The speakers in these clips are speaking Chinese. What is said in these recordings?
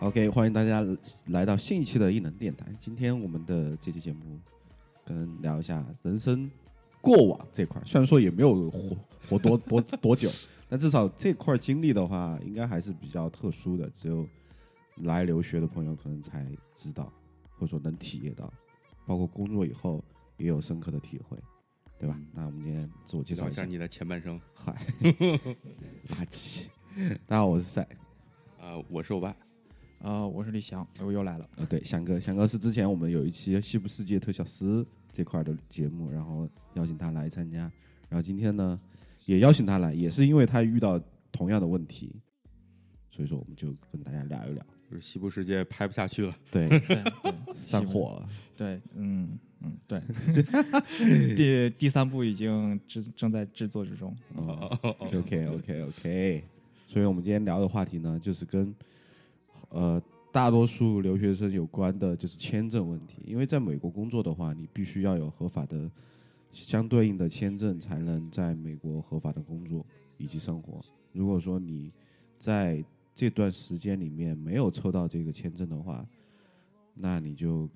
OK，欢迎大家来到新一期的异能电台。今天我们的这期节目，跟聊一下人生过往这块儿，虽然说也没有活活多多多久，但至少这块儿经历的话，应该还是比较特殊的，只有来留学的朋友可能才知道，或者说能体验到，包括工作以后也有深刻的体会，对吧？那我们今天自我介绍聊一一下下，你的前半生嗨，垃圾。 大家好，我是赛。啊、我是欧巴，啊、我是李翔，我又来了。呃，对，翔哥，翔哥是之前我们有一期《西部世界特效师》这块的节目，然后邀请他来参加，然后今天呢也邀请他来，也是因为他遇到同样的问题，所以说我们就跟大家聊一聊。就是西部世界拍不下 去了，对，对对，散西部。伙了，对，嗯嗯，对。第第三部已经制正在制作之中。嗯，OK OK OK，所以我们今天聊的话题呢，就是跟呃大多数留学生有关的，就是签证问题。因为在美国工作的话，你必须要有合法的相对应的签证，才能在美国合法的工作以及生活。如果说你在这段时间里面没有抽到这个签证的话，那你就。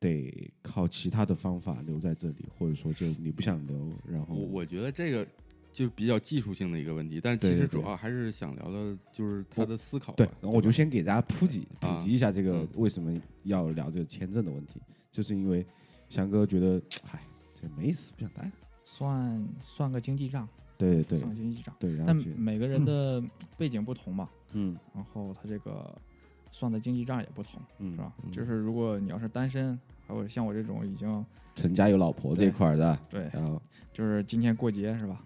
得靠其他的方法留在这里，或者说就你不想留，然后我我觉得这个就是比较技术性的一个问题，但其对对实对主要还是想聊的就是他的思考吧。对，然后我就吧先给大家普及啊普及一下这个嗯为什么要聊这个签证的问题，就是因为翔哥觉得，哎，这没意思，不想待。算算个经济账，对对算个经济账。对，然但后就每个人的背景不同嘛，嗯然后他这个算的经济账也不同，嗯是吧？嗯就是如果你要是单身，还有像我这种已经成家有老婆这一块儿的，对，然后就是今天过节是吧？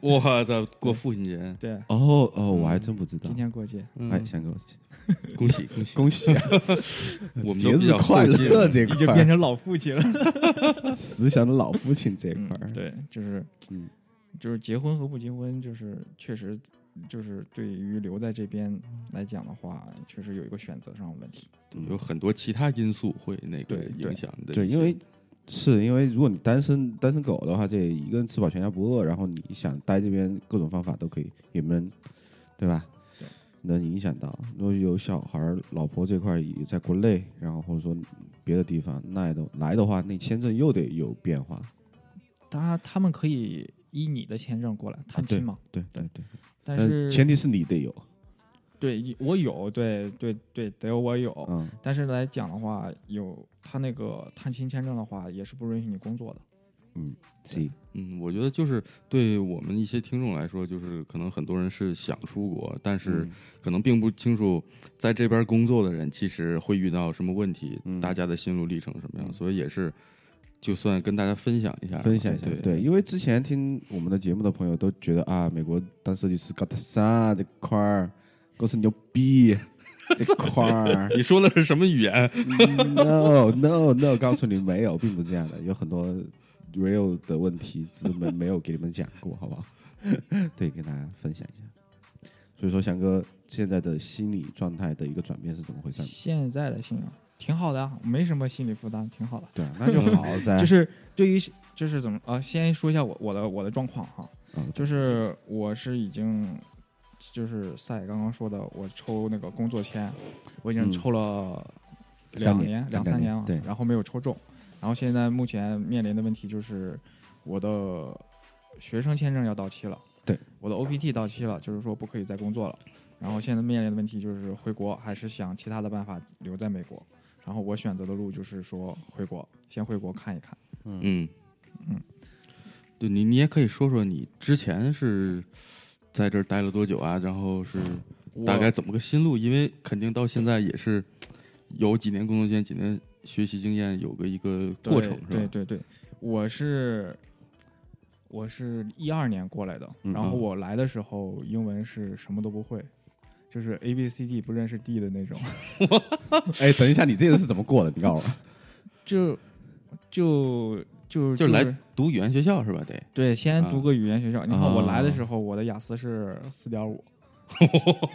我操，过父亲节，对，哦哦，我还真不知道今。天过节，嗯哎，翔哥，恭喜恭喜， 恭喜啊！我们 节都比日较快后进乐这已经变块成老父亲了。儿，慈祥的老父亲这一嗯块儿，，对，就是，嗯就是结婚和不结婚，就是确实，就是对于留在这边来讲的话，确实有一个选择上的问题。嗯有很多其他因素会那个对对影响你的对，一因些为是因为如果你单身单身狗的话，这一个人吃饱全家不饿，然后你想待这边，各种方法都可以，也不能，对吧？对能影响到。如果有小孩儿、老婆这块儿也在国内，然后或者说别的地方，那的来的话，那签证又得有变化。当然，他们可以依你的签证过来探亲嘛，啊对呃对对，但是呃前提是你得有，对我有，对对对，得有我有，嗯，但是来讲的话，有他那个探亲签证的话，也是不允许你工作的。行，嗯，我觉得就是对我们一些听众来说，就是可能很多人是想出国，但是、嗯可能并不清楚，在这边工作的人其实会遇到什么问题，嗯大家的心路历程什么样，嗯所以也是就算跟大家分享一下吧，分享一下啊对，对，因为之前听我们的节目的朋友都觉得啊，美国当设计师搞的啥这块儿，公司牛逼这块儿。你说的是什么语言？ no no no，告诉你没有，并不是这样的，有很多 real 的问题，只是没没有给你们讲过，好不好？ 对，跟大家分享一下。所以说，翔哥现在的心理状态的一个转变是怎么回事呢？现在的信仰挺好的啊，没什么心理负担，挺好的。对啊，那就好噻。 就是对于就是怎么啊、先说一下我我的我的状况哈，啊，就是是我是已经，就是赛刚刚说的，我抽那个工作签，我已经嗯抽了三两年、年两两三年年了，对然后没有抽中，然后现在目前面临的问题就是我的学生签证要到期了，对，我的 OPT 到期了，就是说不可以再工作了，然后现在面临的问题就是回国还是想其他的办法留在美国，然后我选择的路就是说回国，先回国看一看。嗯嗯，对你，你也可以说说你之前是在这儿待了多久啊？然后是大我概怎么个心路？因为肯定到现在也是有几年工作经验，几年学习经验，有个一个对过程是对吧？对对，我是我是一二年过来的，嗯然后啊我来的时候英文是什么都不会，就是 A B C D 不认识 D 的那 种，哎，等一下，你这个是怎么过的？你告诉 我。就就就就是来是读语言学校是吧？得，对，先啊读个语言学校。你看我来的时候，我的雅思是四 点五，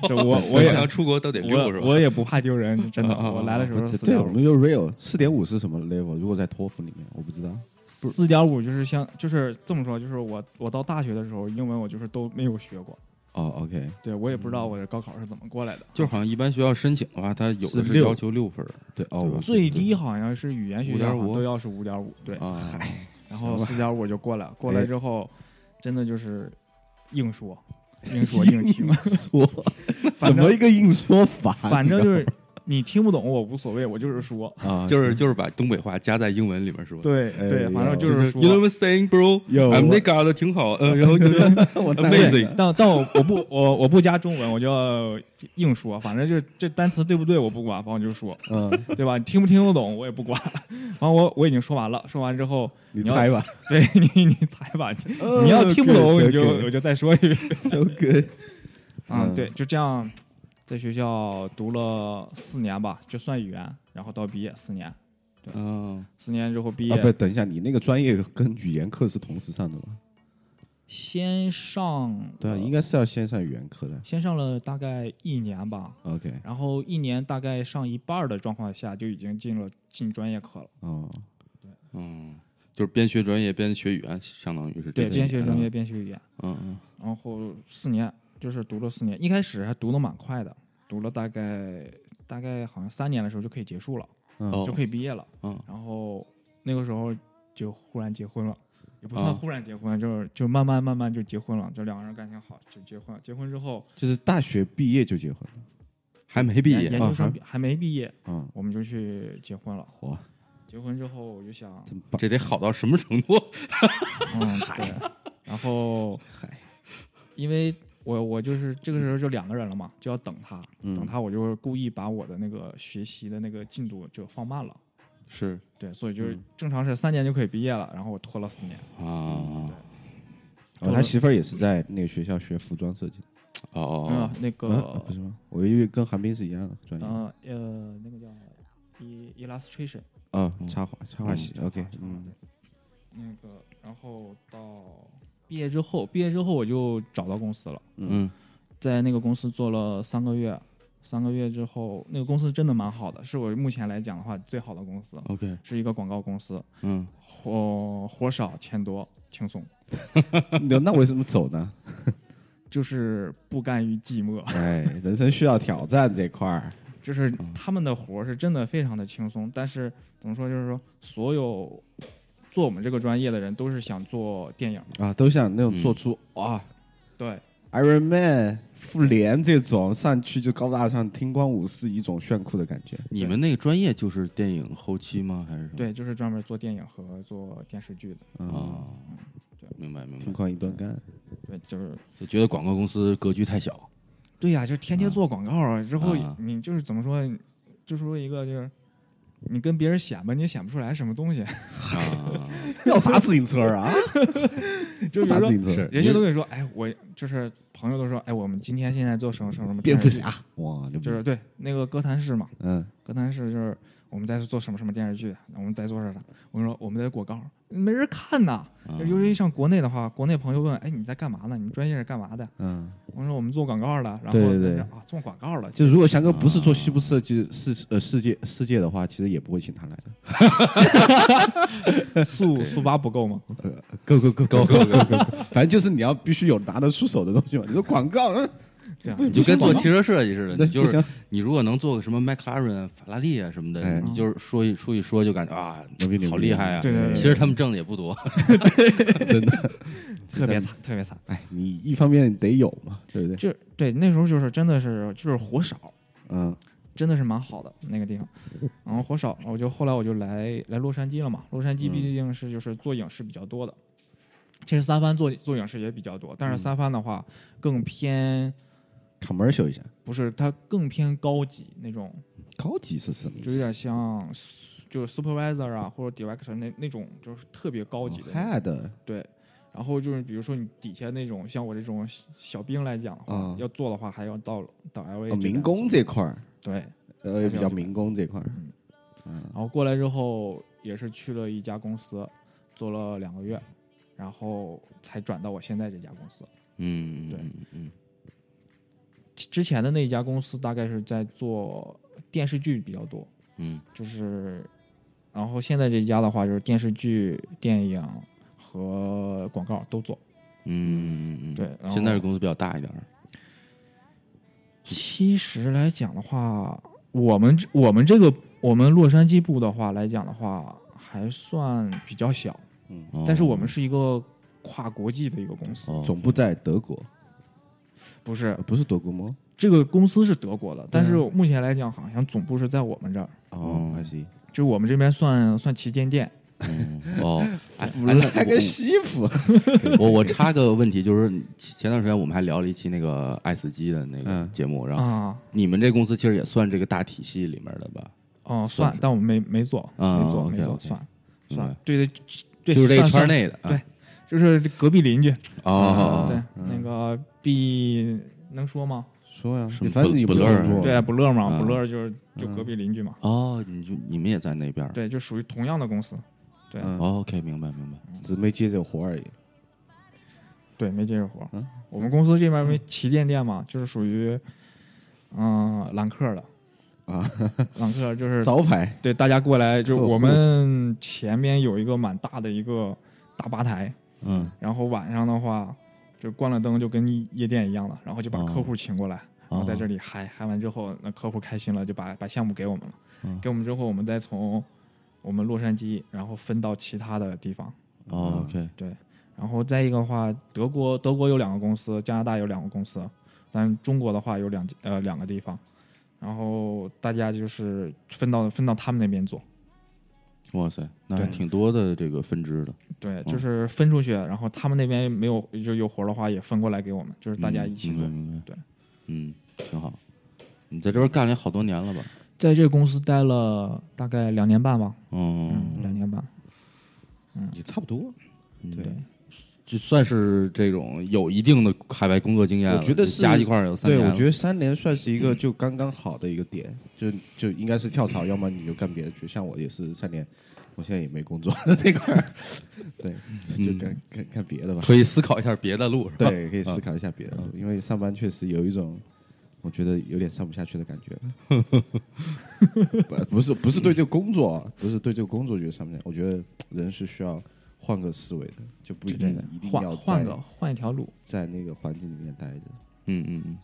这我我也想出国都得六是我吧？我也不怕丢人，真的，啊啊啊我来的时候对四对，点我五。们就 real 四点五是什么 level？如果在托福里面，我不知道。四点五就是像，就是这么说，就是我我到大学的时候，英文我就是都没有学过，哦，OK，对我也不知道我的高考是怎么过来的，就是好像一般学校申请的话，它有的是是六要求六分儿对，哦，对吧我最低好像是语言学校好像5.5都要是五点五，对，啊。然后四点五我就过来了，过来之后真的就是硬说，硬说硬听，说， 反怎正么一个硬说法？反正就是你听不懂我无所谓，我就是说，啊，就是就是把东北话加在英文里面说，，对哎对，呀反正就就是是说呃 You。know what I'm saying, bro？有俺们我那嘎达挺好，嗯，然后就是 我大概 amazing，但但我我不我我不加中文，我就要硬说，反正就是这单词对不对我不管，反正我就说，嗯，对吧？你听不听得懂我也不管， 反正我我已经说完了，说完之后，你你要猜吧。对你你猜吧，你呃你哦要听 不懂你就我就再说一遍 so good，啊、嗯对，就这样，在学校读了四年吧，就算语言，然后到毕业四年，嗯，四年之后毕业，啊，不，等一下，你那个专业跟语言课是同时上的吧？先上对啊，应该是要先上语言课的。先上了大概一年吧， OK，然后一年大概上一半儿的状况下就已经进了进专业课了，哦，嗯，就是边学专业边学语言，相当于是这对，个边学专意业思，边学语言，嗯嗯然后四年就是读了四年，一开始还读的蛮快的，读了大概大概好像三年的时候就可以结束了，嗯嗯，哦就可以毕业了。嗯然后那个时候就忽然结婚了，也不啊算忽然结婚，就是就慢慢慢慢就结婚了，就两个人感情好就结婚了。结婚之后，就是大学毕业就结婚了。还没毕研业研啊究生还毕还没毕业，嗯，我们就去结婚了。哇，结婚之后我就想，真棒！这得好到什么程度？嗯，对，然后嗨，因为我我就是这个时候就两个人了嘛，就要等他，嗯等他，我就故意把我的那个学习的那个进度就放慢了。是对，所以就是嗯正常是三年就可以毕业了，然后我拖了四年。啊，哦哦，他媳妇儿也是在那个学校学服装设计。哦哦嗯，，那个、啊不是啊吗？我以为跟韩冰是一样的专业。呃呃，那个叫 i- illustration 哦，嗯插画，插画系。插画 OK，插画嗯， 那个，然后到毕业之后，毕业之后我就找到公司了，嗯在那个公司做了三个月，三个月之后，那个公司真的蛮好的，是我目前来讲的话最好的公司， ，OK，是一个广告公司，嗯，活活少钱多，轻松，那那为什么走呢？就是不甘于寂寞，哎，人生需要挑战这块儿。就是嗯他们的活儿是真的非常的轻松，但是怎么说，就是说所有做我们这个专业的人都是想做电影的，啊，都想那种嗯做出哇对。 Iron Man、复联这种上去就高大上、听光舞是一种炫酷的感觉。你们那个专业就是电影后期吗？还是什么？对，就是专门做电影和做电视剧的。嗯，啊，明白明听白，光一段干。对，嗯就是就觉得广告公司格局太小，对呀、就是天天做广告啊，之后嗯啊你就是怎么说，就说一个就是。你跟别人显吧，你也显不出来什么东西。啊， 要啥自行车 啊？就比啥如自说，行车？是人家都跟你说，哎，我就是朋友都说，哎，我们今天现在做什么什么什么蝙蝠电视剧，侠。哇，牛逼就是对那个哥谭市嘛，嗯，哥谭市就是我们在做什么什么电视剧，我们在做啥啥。我跟你说，我们在广告，没人看呐。啊尤其像国内的话，国内朋友问，哎，你在干嘛呢？你们专业是干嘛的？嗯，我说我们做广告了，然后对对人对家啊做广告了，就如果翔哥不是做西部设计世呃世界世界的话，其实也不会请他来的。速速八不够吗？呃，go go go go go go go，反正 就是你要必须有拿得出手的东西嘛。你说广告，嗯这样不你就跟做不汽行车设计似的，对你就不是行，你如果能做个什么迈克拉伦啊、法拉利啊什么的，哎你就是说一说一说就感觉啊，牛逼牛逼，好厉害啊！对对对其实他们挣的也不多，特别惨，特别惨。哎，你一方面得有嘛，对不对？就对，那时候就是真的是就是活少，嗯真的是蛮好的那 个地方。然后活少，我就后来我就来来洛杉矶了嘛。洛杉矶嗯毕竟是就是做影视比较多的，其实三藩做做影视也比较多，嗯但是三藩的话更偏，commercial 一下，不是它更偏高级那种，高级是什么意思？就有点像就是 supervisor 啊或者 director 那那种就是特别高级的那种。 head 对，然后就是比如说你底下那种像我这种小小兵来讲的话，啊要做的话还要到到 L A 哦，民工这块儿，对，呃，比较民工这块儿，然后过来之后也是去了一家公司，做了两个月，然后才转到我现在这家公司。嗯，对嗯嗯其之前的那一家公司大概是在做电视剧比较多，嗯，就是，然后现在这一家的话就是电视剧、电影和广告都做。嗯嗯嗯，嗯对然后现在这公司比较大一点儿，其实来讲的话，我们这我们这个我们洛杉矶部的话来讲的话，还算比较小，嗯，哦但是我们是一个跨国际的一个公司，哦总部在德国，不是呃不是德国吗？这个公司是德国的，但是嗯目前来讲，好像总部是在我们这儿，哦哦，还行，就我们这边算算旗舰店。嗯哦，哎，哎来个那西服，我我我插个问题，就是前前段时间我们还聊了一期那个爱死机的那个嗯节目，然后啊，你们这公司其实也算这个大体系里面的吧？哦，算算是，但我们没没做，啊没做， ，OK，没做， OK 算明算白，对对对，就是这个圈算算内的啊对就是隔壁邻居，啊哦，对，那个 B 能说吗？说呀，什么反正你不不乐儿工作，对啊，不乐嘛，啊不乐就是就隔壁邻居嘛，哦，你就你们也在那边儿？对，就属于同样的公司，对嗯，哦，OK，明白明白。只没接这活而已。对，没接着活嗯。我们公司这边为嗯旗舰店嘛，就是属于嗯揽客的 啊，揽客就是 招牌，对大家过来，就客户我们前面有一个蛮大的一个大吧台，嗯，然后晚上的话就关了灯，就跟夜店一样的，然后就把客户请过来，哦然嗯后在这里里嗨嗨完之后，那客户开心了，就把把项目给我们了，嗯给我们之后，我们再从我们洛杉矶，然后分到其他的地方，哦，OK，嗯然后再一个的话，德国德国有两个公司，加拿大有两个公司，但中国的话有两呃两个地方，然后大家就是分到分到他们那边做。哇塞，那还对挺多的这个分支的。对，嗯就是分出去，然后他们那边没有就有活儿的话，也分过来给我们，就是大家一起做。嗯明白对，明白嗯，挺好。你在这边干了也好多年了吧？在这个公司待了大概两年半吧，嗯，两年半。也差不多。对嗯，就算是这种有一定的海外工作经验了，我觉得就是加一块儿有三对，年了。我觉得三年算是一个就刚刚好的一个点，就就应该是跳槽，要么你就干别的去。像我也是三年，我现在也没工作这块儿， 对，就就干干干别的吧。可以思考一下别的路，是 吧？对，可以嗯思考一下别的路，因为上班确实有一种，我觉得有点上不下去的感觉。 不不是不是对这个工作啊，不是对这个工作觉得上不下去，我觉得人是需要换个思维的，就不一对定对对嗯一，定要换换在个换一条路，在那个环境里面待着。嗯嗯嗯，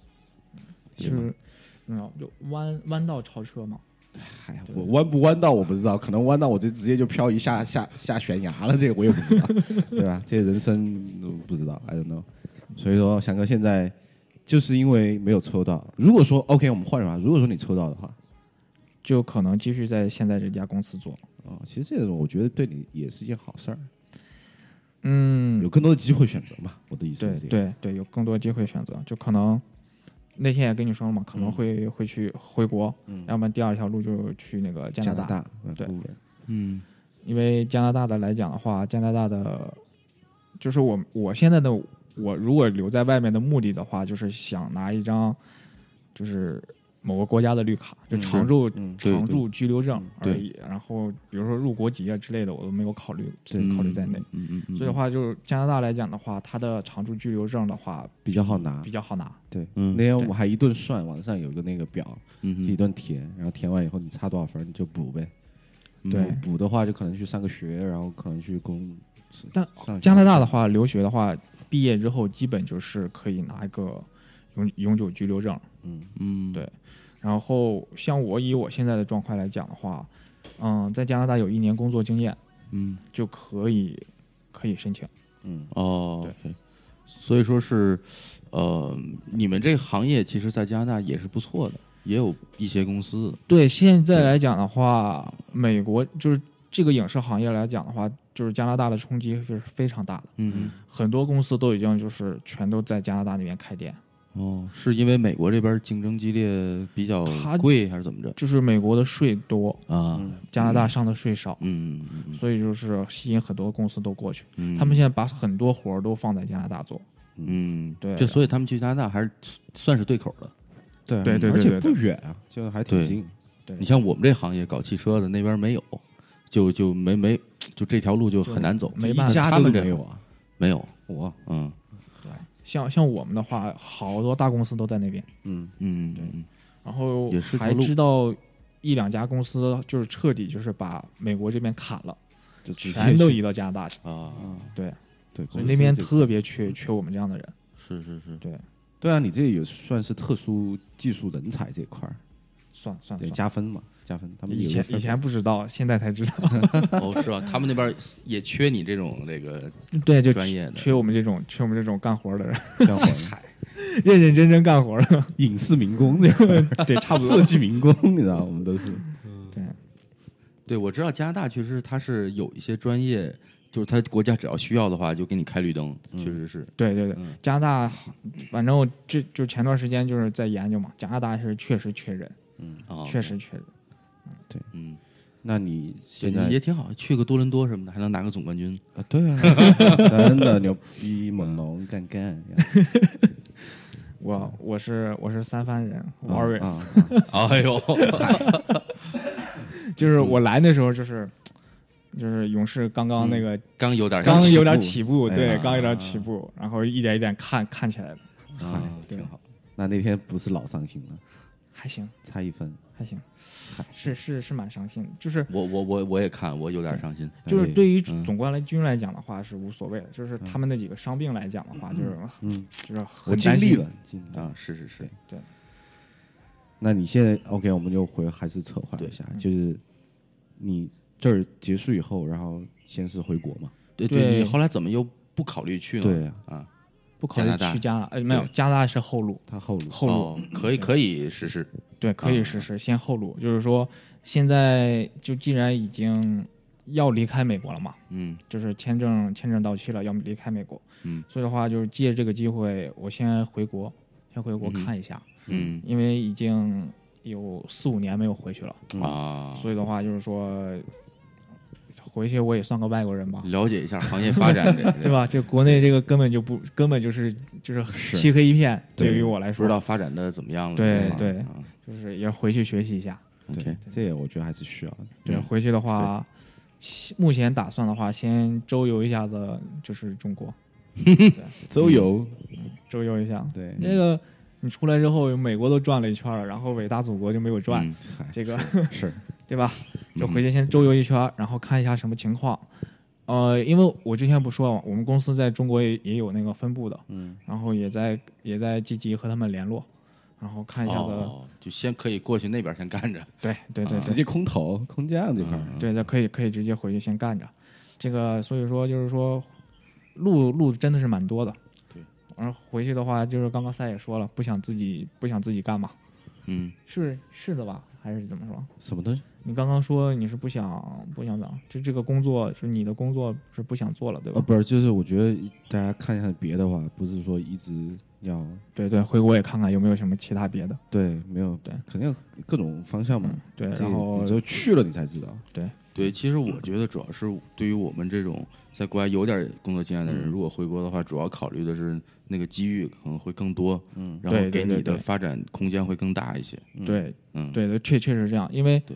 就对吧是嗯，就弯弯道超车嘛。哎呀，我弯不弯道我不知道，可能弯道我就直接就漂移下下下悬崖了，这个我也不知道，对吧？这人生呃不知道，I don't know。所以说，翔哥现在就是因为没有抽到，如果说 OK，我们换一换，如果说你抽到的话，就可能继续在现在这家公司做。哦，其实这种我觉得对你也是一件好事儿，嗯，有更多的机会选择嘛。我的意思对是这样。对对，有更多机会选择，就可能那天也跟你说了嘛，嗯可能会、会去回国，要不然第二条路就去那个加加拿拿大，嗯对，Vancouver 嗯，因为加拿大的来讲的话，加拿大的就是我我现在的我如果留在外面的目的的话，就是想拿一张就是某个国家的绿卡，就嗯常住、嗯对常对嗯住居留证而对已。然后比如说入国籍啊之类的，我都没有考虑对考虑在内。嗯嗯嗯，所以的话，就是加拿大来讲的话，它的常住居留证的话比较好拿比。较好拿。对，嗯那天对我还一顿算，网上有个那个表，嗯，一顿填，然后填完以后你差多少分儿你就补呗。嗯对补补的话就可能去上个学，然后可能去工。是但上学加拿大的话，留学的话，毕业之后基本就是可以拿一个永永久居留证。嗯嗯，对然后像我以我现在的状态来讲的话，嗯，在加拿大有一年工作经验嗯就可以可以申请。嗯，哦，OK，所以说是，呃，你们这个行业其实，在加拿大也是不错的，也有一些公司的，对，现在来讲的话，美国就是这个影视行业来讲的话，就是加拿大的冲击是非常大的，嗯，很多公司都已经就是全都在加拿大那边开店。哦，是因为美国这边竞争激烈，比较它贵还是怎么着就是美国的税多，啊？嗯加拿大上的税少，嗯嗯嗯所以就是吸引很多公司都过去。嗯，他们现在把很多活儿都放在加拿大做。嗯，对就所以他们去加拿大还是算是对口的。对对对而对且对不远啊，就还挺对近。对你像我们这行业搞汽车的，那边没有，就就没没就这条路就很难走，没一办法家他都们这没有啊，没有，我嗯像像我们的话，好多大公司都在那边，嗯嗯，对，然后也是条还路知道一两家公司就是彻底就是把美国这边砍了，就直接全都去移到加拿大去，啊，啊，对，对，所以公司那边这个特别缺缺我们这样的人。是是是，对，对啊，你这也算是特殊技术人才这块儿，算算对算，加分嘛，加分。他们有以一个前分以前不知道，现在 才知道。哦，是啊，他们那边也缺你这种这个对，就专业的缺我们这种缺我们这种干活的人，这样混 认认真真干活的。影视民工这样，对，差不多设。计民工，你知道，我们都是对，对，我知道加拿大确实它是有一些专业，就是它国家只要需要的话就给你开绿灯，确实是。对对嗯对，加拿大，反正我这就前段时间就是在研究嘛，加拿大是确实缺人，啊，哦确，实缺人。嗯，那你对现在也挺好，去个多伦多什么的，还能拿个总冠 军。啊，对啊，真的牛逼，猛龙干干，我我是我是三藩人啊 Warriors，、啊啊哎 呦，就是我来那时候就是就是勇士刚刚那个刚有点刚起有点步起步，哎对，呀刚有点起步，然后一点一点看看起来的，啊，挺好。那那天不是老伤心了，还行差一分，还行，是是是蛮伤心的，就是我我我我也看，我有点伤心。就是哎对于总冠军来讲的话是无所谓的，就是他们那几个伤病来讲的话，就是嗯，就是我很尽担力心。了，尽力了。啊，是是是，那你现在 OK，我们就回还是扯回来一下，就是你这儿结束以后，然后先是回国嘛，对对你后来怎么又不考虑去呢？对啊啊，不考虑加拿大去加拿大，呃，没有对加拿大是后路，他后路后路哦，可以可以试试。对，可以啊实施先后路，就是说现在就既然已经要离开美国了嘛，嗯就是签证签证到期了，要么离开美国，嗯，所以的话就是借这个机会，我先回国，先回国嗯哼看一下，嗯因为已经有四五年没有回去了，啊，嗯所以的话就是说回去我也算个外国人吧。了解一下行业发展的，对吧？这国内这个根本就不，根本就是就是漆黑一片。对于我来不说知，道发展的怎么样了。对是吧对啊就是也回去学习一下。对，OK，，这也我觉得还是需要的。嗯对，回去的话，西目前打算的话，先周游一下子，就是 中国，周游，周游一下。嗯对，这个你出来之后，美国都转了一圈了，然后伟大祖国就没有转，嗯嗨这个是对吧？就回去先周游一圈，然后看一下什么情况。呃，因为我之前不说了嘛，我们公司在中国也也有那个分部的，嗯，然后也在也在积极和他们联络，然后看一下子，哦，就先可以过去那边先干着。啊对对对直对接空投空降这块儿，对，那可以可以直接回去先干着。这个所以说就是说，路路真的是蛮多的。对，然后回去的话，就是刚刚赛也说了，不想自己不想自己干嘛，嗯，是是的吧？还是怎么说？什么东西？你刚刚说你是不想不想找，就这个工作是你的工作是不想做了，对吧？呃，不是，就是我觉得大家看一下别的话，不是说一直要对对，回国也看看有没有什么其他别的。对，没有对，肯定有各种方向嘛嗯。，对，这然后你只有去了你才知道。对，其实我觉得主要是对于我们这种在国外有点工作经验的嗯人，如果回国的话，主要考虑的是那个机遇可能会更多，嗯，然后对对给对你的对发展空间会更大一些。对嗯，对对，确确实是这样，因为对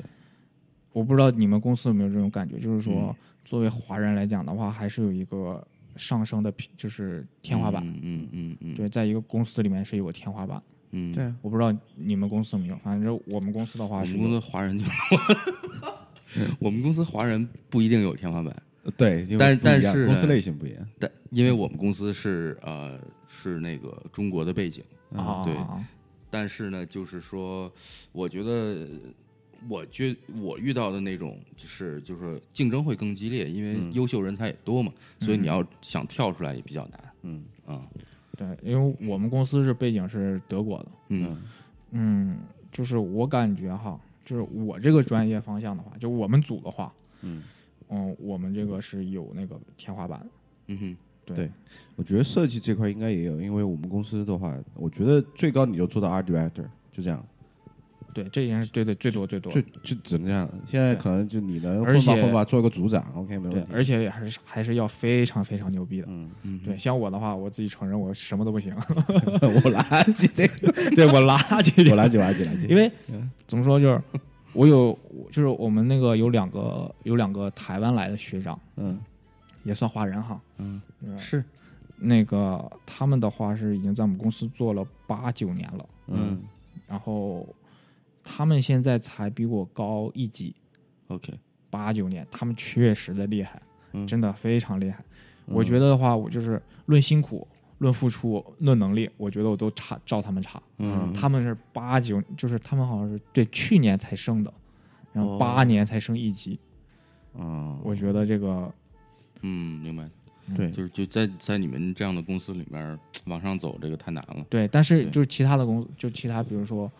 我不知道你们公司有没有这种感觉，就是说、嗯作为华人来讲的话，还是有一个上升的，就是天花板。嗯嗯嗯，对，在一个公司里面是有个天花板，嗯，对啊，我不知道你们公司有没有，反正我们公司的我话们是嗯公有司华人就， 我们公司华人不一定有天花板，呃对，因为但不一样但是公司类型不一样。但因为我们公司是呃是那个中国的背景，啊，嗯对啊啊但是呢，就是说，我觉得我觉我遇到的那种就是就是说竞争会更激烈，因嗯为优秀人才也多嘛，所以你要想跳出来也比较难。嗯啊对，因为我们公司是背景是德国的，嗯嗯，就是我感觉哈，就是我这个专业方向的话，就我们组的话，嗯嗯，我们这个是有那个天花板的，嗯哼对我觉得设计这块应该也有，因为我们公司的话，我觉得最高你就做到 art director，就这样，对，这已经是对的最多最多了就就只能这样。现在可能就你能混而吧且混吧，做个组长，OK，没对问，题。而且还是还是要非常非常牛逼的。嗯，嗯哼，对，像我的话，我自己承认我什么都 不行，我垃 圾这个，对我垃圾我垃嗯圾，我垃圾， 垃圾。因为怎么说就是，我有就是我们那个有两个有两个台湾来的学长，嗯，也算华人哈，是那个他们的话是已经在我们公司做了八九年了，嗯然后他们现在才比我高一级， OK，八九年，他们确实的厉害，嗯嗯真的非常厉害。我觉得的话，我就是论辛苦，论付出、论能力，我觉得我都差，照他们差。嗯他们是八九，就是他们好像是对去年才升的，然哦后八年才升一级。啊，我觉得这个嗯，明白，对就是就在在你们这样的公司里面往上走，这个太难了。对，但是对就是其他的公，就其他比如说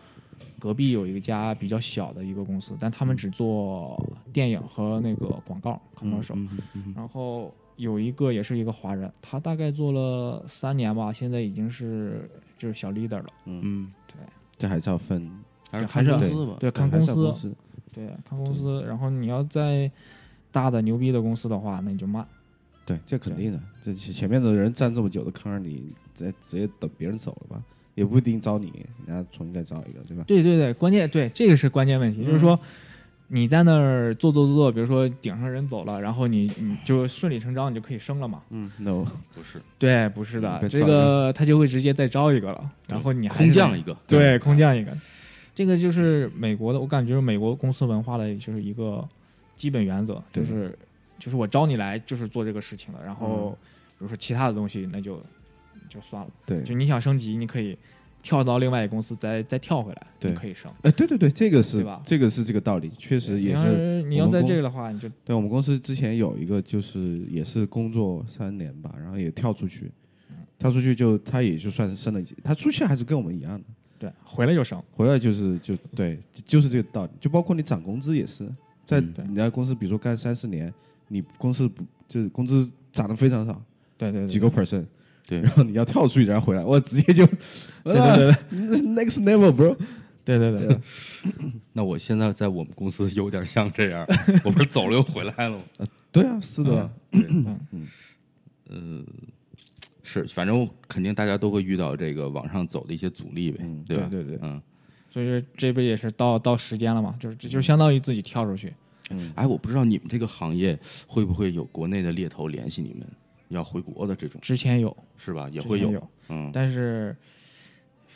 隔壁有一个家比较小的一个公司，但他们只做电影和那个广告 commercial，、嗯嗯然后有一个也是一个华人，他大概做了三年吧，现在已经是就是小 leader 了。嗯，这还是要分还是还是看公司吧。对，看还是要司，公司对，看公司。然后你要在大的牛逼的公司的话，那你就慢。对，这肯定的。这前前面的人占这么久的坑，你直直接等别人走了吧，也不一定招你，人家重新再招一个，对吧？对对对，关键对这个是关键问题，就是说你在那儿做做做做，比如说顶上人走了，然后你你就顺理成章你就可以升了嘛？嗯，no， 不是对，不是的嗯，这个他就会直接再招一个了，然后你还是空降一个，对空降一个，这个就是美国的，我感觉是美国公司文化的就是一个基本原则，对就是就是我招你来就是做这个事情的，然嗯后比如说其他的东西那就就算了，对，就你想升级你可以跳到另外一个公司再再跳回来，对你可以升。哎，对对对，这个是对吧这个是这个道理，确实你也要是。是你我要们在公这个的话，你就对我们公司之前有一个，就是也是工作三年吧，然后也跳出去，嗯跳出去就他也就算是升了一级，他出去还是跟我们一样的，对回来就升。回来就是就对，就是这个道理。就包括你涨工资也是，在嗯对你在公司，比如说干三四年，你公司不就是工资涨得非常少，对对对，几个 percent，对然后你要跳出去，然后回来，我直接就，对对对 ，next level bro，对对对对，那我现在在我们公司有点像这样，我不是走了又回来了吗？对啊，是的，嗯， 是，反正肯定大家都会遇到这个往上走的一些阻力呗，对吧？对对对嗯，所以说这不也是到到时间了嘛，就是这嗯就相当于自己跳出去。哎，我不知道你们这个行业会不会有国内的猎头联系你们要回国的这种，之前有是吧？也也会有，嗯，但是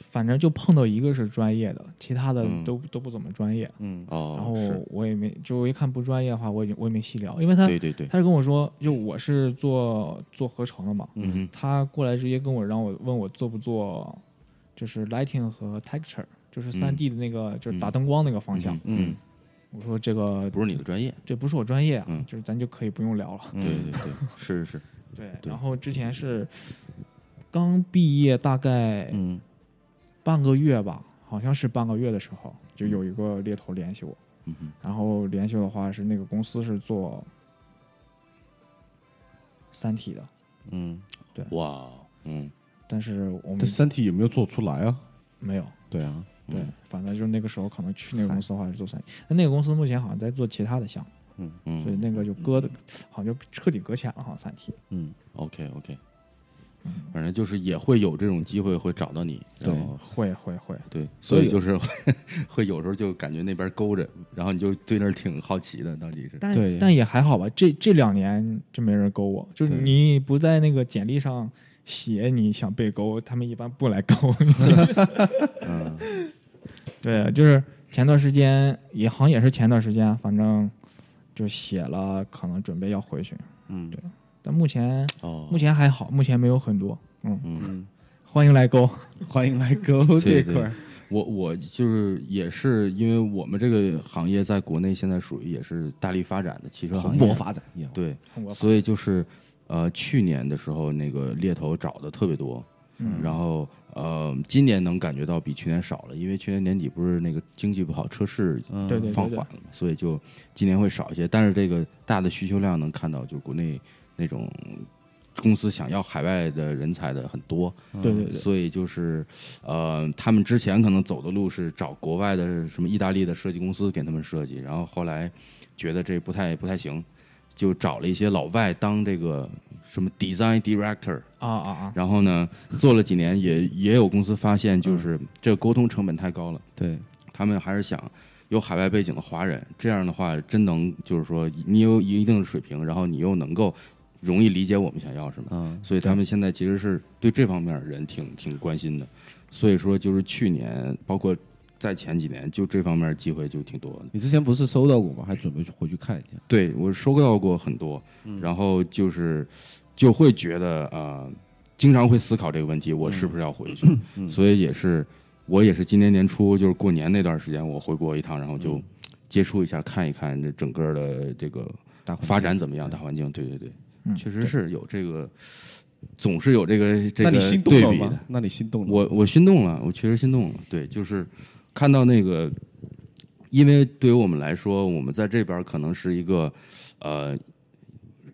反正就碰到一个是专业的，其他的嗯都、都不怎么专业。嗯，然后哦，是，我也没，就我一看不专业的话，我也我也没细聊，因为他对对对，他是跟我说，就我是做做合成的嘛，嗯哼，他过来直接跟我让我问我做不做，就是 lighting 和 texture，就是三 D 的那个、就是打灯光那个方向。嗯，嗯我说这个不是你的专业，这不是我专业啊，嗯就是咱就可以不用聊了。对对对，是是是，对，对嗯然后之前是刚毕业大概嗯，半个月吧，好像是半个月的时候，就有一个猎头联系我，嗯哼，然后联系我的话是那个公司是做三体的，嗯，哇，嗯，但是我们这身体有没有做出来啊？没有。对啊，对，嗯反正就是那个时候可能去那个公司的话是做三体，那那个公司目前好像在做其他的项目，所以嗯那个就搁的，好像就彻底搁浅了，好像三体。嗯， ，OK OK，反正就是也会有这种机会会找到你，然对后会会会，对，所以对就是 会会有时候就感觉那边勾着，然后你就对那儿挺好奇的，到底是但对但也还好吧。这这两年就没人勾我，就是对你不在那个简历上写你想被勾，他们一般不来勾 你。对，啊就是前段时间也好像也是前段时间，啊反正就写了，可能准备要回去。嗯对。但目前哦目前还好，目前没有很多。嗯嗯，欢迎来勾。欢迎来 go 这对一块儿，我我就是也是因为我们这个行业在国内现在属于也是大力发展的汽车行蓬业勃，发展，一样对，我所以就是呃去年的时候那个猎头找的特别多，嗯然后呃今年能感觉到比去年少了，因为去年年底不是那个经济不好，车市嗯对对放缓了嘛，所以就今年会少一些。但是这个大的需求量能看到，就国内那种公司想要海外的人才的很多，对对嗯对，所以就是呃，他们之前可能走的路是找国外的什么意大利的设计公司给他们设计，然后后来觉得这不太不太行，就找了一些老外当这个什么 design director，啊啊啊！然后呢做了几年也也有公司发现嗯就是这个沟通成本太高了。对，他们还是想有海外背景的华人，这样的话真能就是说你有一定的水平，然后你又能够容易理解我们想要什么，嗯，所以他们现在其实是对这方面人挺挺关心的，所以说就是去年包括在前几年，就这方面机会就挺多的。你之前不是收到过吗？还准备去回去看一下，嗯对我收到过很多，然后就是就会觉得啊、呃经常会思考这个问题，我是不是要回嗯去？所以也是我也是今年年初就是过年那段时间，我回国一趟，然后嗯就接触一下，看一看这整个的这个大环境发展怎么样，大环境。对对对，嗯确实是有这个，总是有这个这那个你心动对了比的吗。？那你心动了吗？我我心动了，我确实心动了。对，就是看到那个，因为对于我们来说，我们在这边可能是一个呃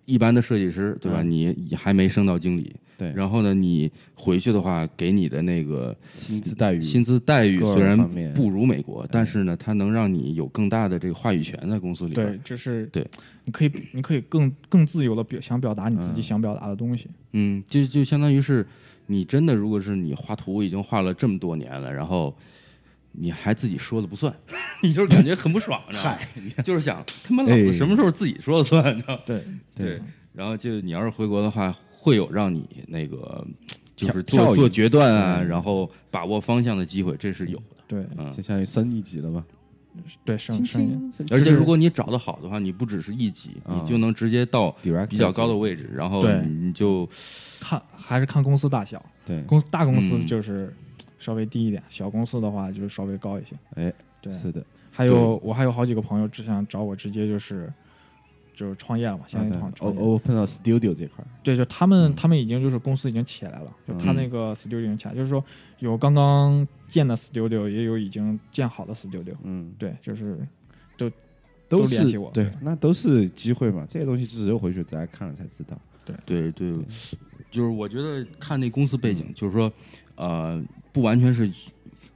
一般的设计师，对吧？嗯你你还没升到经理，对然后呢，你回去的话，给你的那个薪资待遇，薪资待遇各个虽然方面不如美国，但是呢，它能让你有更大的这个话语权在公司里边。对，就是对，你可以你可以更更自由的表想表达你自己想表达的东西，嗯，就就相当于是你真的，如果是你画图已经画了这么多年了，然后你还自己说了不算， 你就是感觉很不爽，你知道吗？就是想他妈老哎子什么时候自己说了算，你知道吗？对，对，然后就你要是回国的话，会有让你那个就是跳跳做一做决断啊，然后把握方向的机会，这是有的。对嗯就，相当于升一级了吧？对，生生意，而且如果你找的好的话，你不只是一级，啊你就能直接到 direct 比较高的位置，然后对你就看还是看公司大小，对，公司大公司嗯就是稍微低一点，小公司的话就是稍微高一些。哎，对，是的，还有我还有好几个朋友之前找我，直接就是就是创业了嘛，啊相当于创我创业。我碰到 studio 这块儿，对，就他嗯们他们已经就是公司已经起来了，就他那个 studio 已经起来，就是说有刚刚建的 studio，也有已经建好的 studio。嗯，对，就是都都是联系我对对，那都是机会嘛，这些东西只有回去大家看了才知道。对对，就是我觉得看那公司背景，就是说，呃，不完全是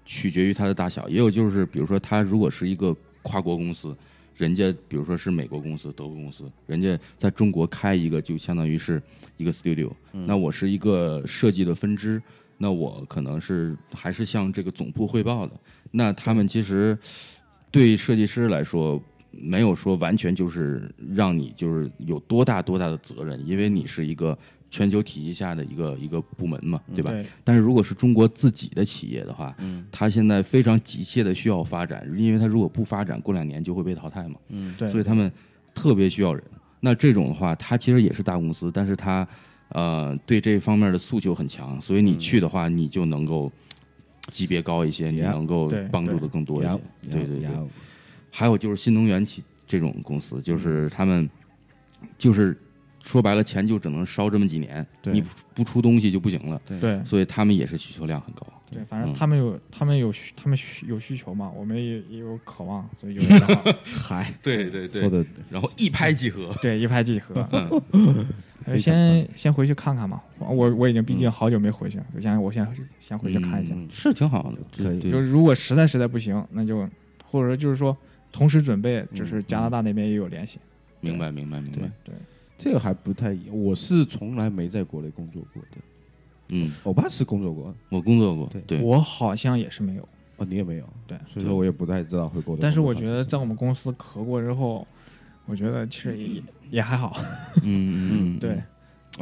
取决于它的大小，也有就是比如说，它如果是一个跨国公司，人家比如说是美国公司、德国公司，人家在中国开一个就相当于是一个 studio，、那我是一个设计的分支。那我可能是还是向这个总部汇报的。那他们其实对设计师来说，没有说完全就是让你就是有多大多大的责任，因为你是一个全球体系下的一个一个部门嘛，对吧？对但是如果是中国自己的企业的话，嗯，它现在非常急切的需要发展，因为它如果不发展，过两年就会被淘汰嘛，对，所以他们特别需要人。那这种的话，它其实也是大公司，但是它呃对这方面的诉求很强，所以你去的嗯话，你就能够级别高一些，你 Yeah，能够对帮助的对更多一呀些，对对对。呀还有就是新能源企这种公司，就是他们嗯就是说白了，钱就只能烧这么几年，对你不不出东西就不行了，嗯对所以他们也是需求量很高。对，反正嗯他们有他们有需他们需有需求嘛，我们也也有渴望，所以有想法 嗨，对对说，的然后一拍即 合。对一拍即合。嗯 呃先先回去看看嘛，我我已经毕竟好久没回去了，我先我先先回去看一下。嗯是挺好的，可以对就是如果实在实在不行，那就或者说就是说同时准备，就是加拿大那边也有联系。明白明白明白，对，这个还不太一样，我是从来没在国内工作过的，嗯，我爸是工作过，我工作过对，对，我好像也是没有，哦，你也没有，对所以说我也不太知道回国的工作方式。但是我觉得在我们公司咳过之后，我觉得其实也也还好，嗯嗯嗯，对，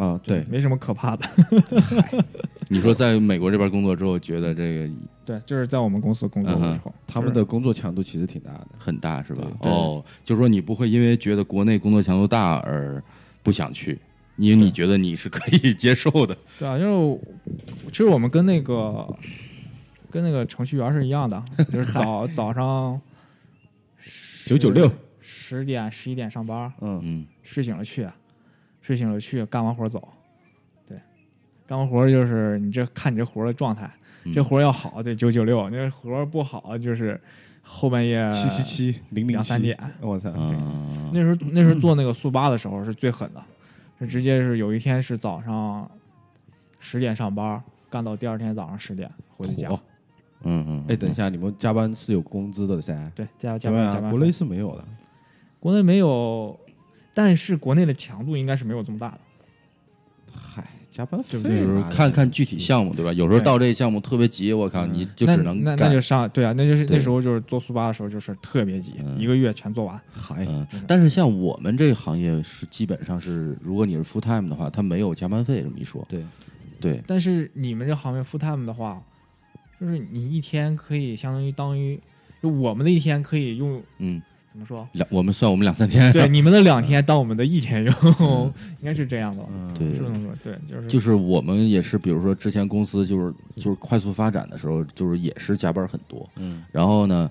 啊，对，没什么可怕的。 你说在美国这边工作之后，觉得这个对，就是在我们公司工作过之后，他们的工作强度其实挺大的，很大是吧？对哦，就说你不会因为觉得国内工作强度大而不想去，因为你觉得你是可以 接受的。对啊，就是其实我们跟那个跟那个程序员是一样的，就 是早早上九九六，十点十一点上班，嗯，嗯，睡醒了去，睡醒了去，干完活儿走。对，干完活儿就是你这看你这活儿的状态，嗯这活儿要好得九九六，你这活儿不好就是后半夜七七。七呃零零嗯两三点，我操，啊那时候那时候做那个速八的时候是最狠的，是直接是有一天是早上十点上班，干到第二天早上十点回的家。火！嗯嗯，哦哎，等一下，你们加班是有工资的噻？对，加油加对班啊加班。国内是没有的。国内没有，但是国内的强度应该是没有这么大的。嗨，加班费对不那对时候嘛嗯看看具体项目对吧？有时候到这个项目特别急，我靠，嗯你就只能那那干那就上对啊，那就是对那时候就是做速八的时候就是特别急，嗯一个月全做完。嗨，嗯，但是像我们这个行业是基本上是，如果你是 full time 的话，它没有加班费这么一说。对，对，但是你们这行业 full time 的话，就是你一天可以相当于当于就我们的一天可以用嗯，怎么说？两我们算我们两三 天，对，你们的两天当我们的一天用， 应该是这样的吧？嗯，对是这么说，对，就是就是我们也是，比如说之前公司就是就是快速发展的时候，就是也是加班很多，嗯，然后呢，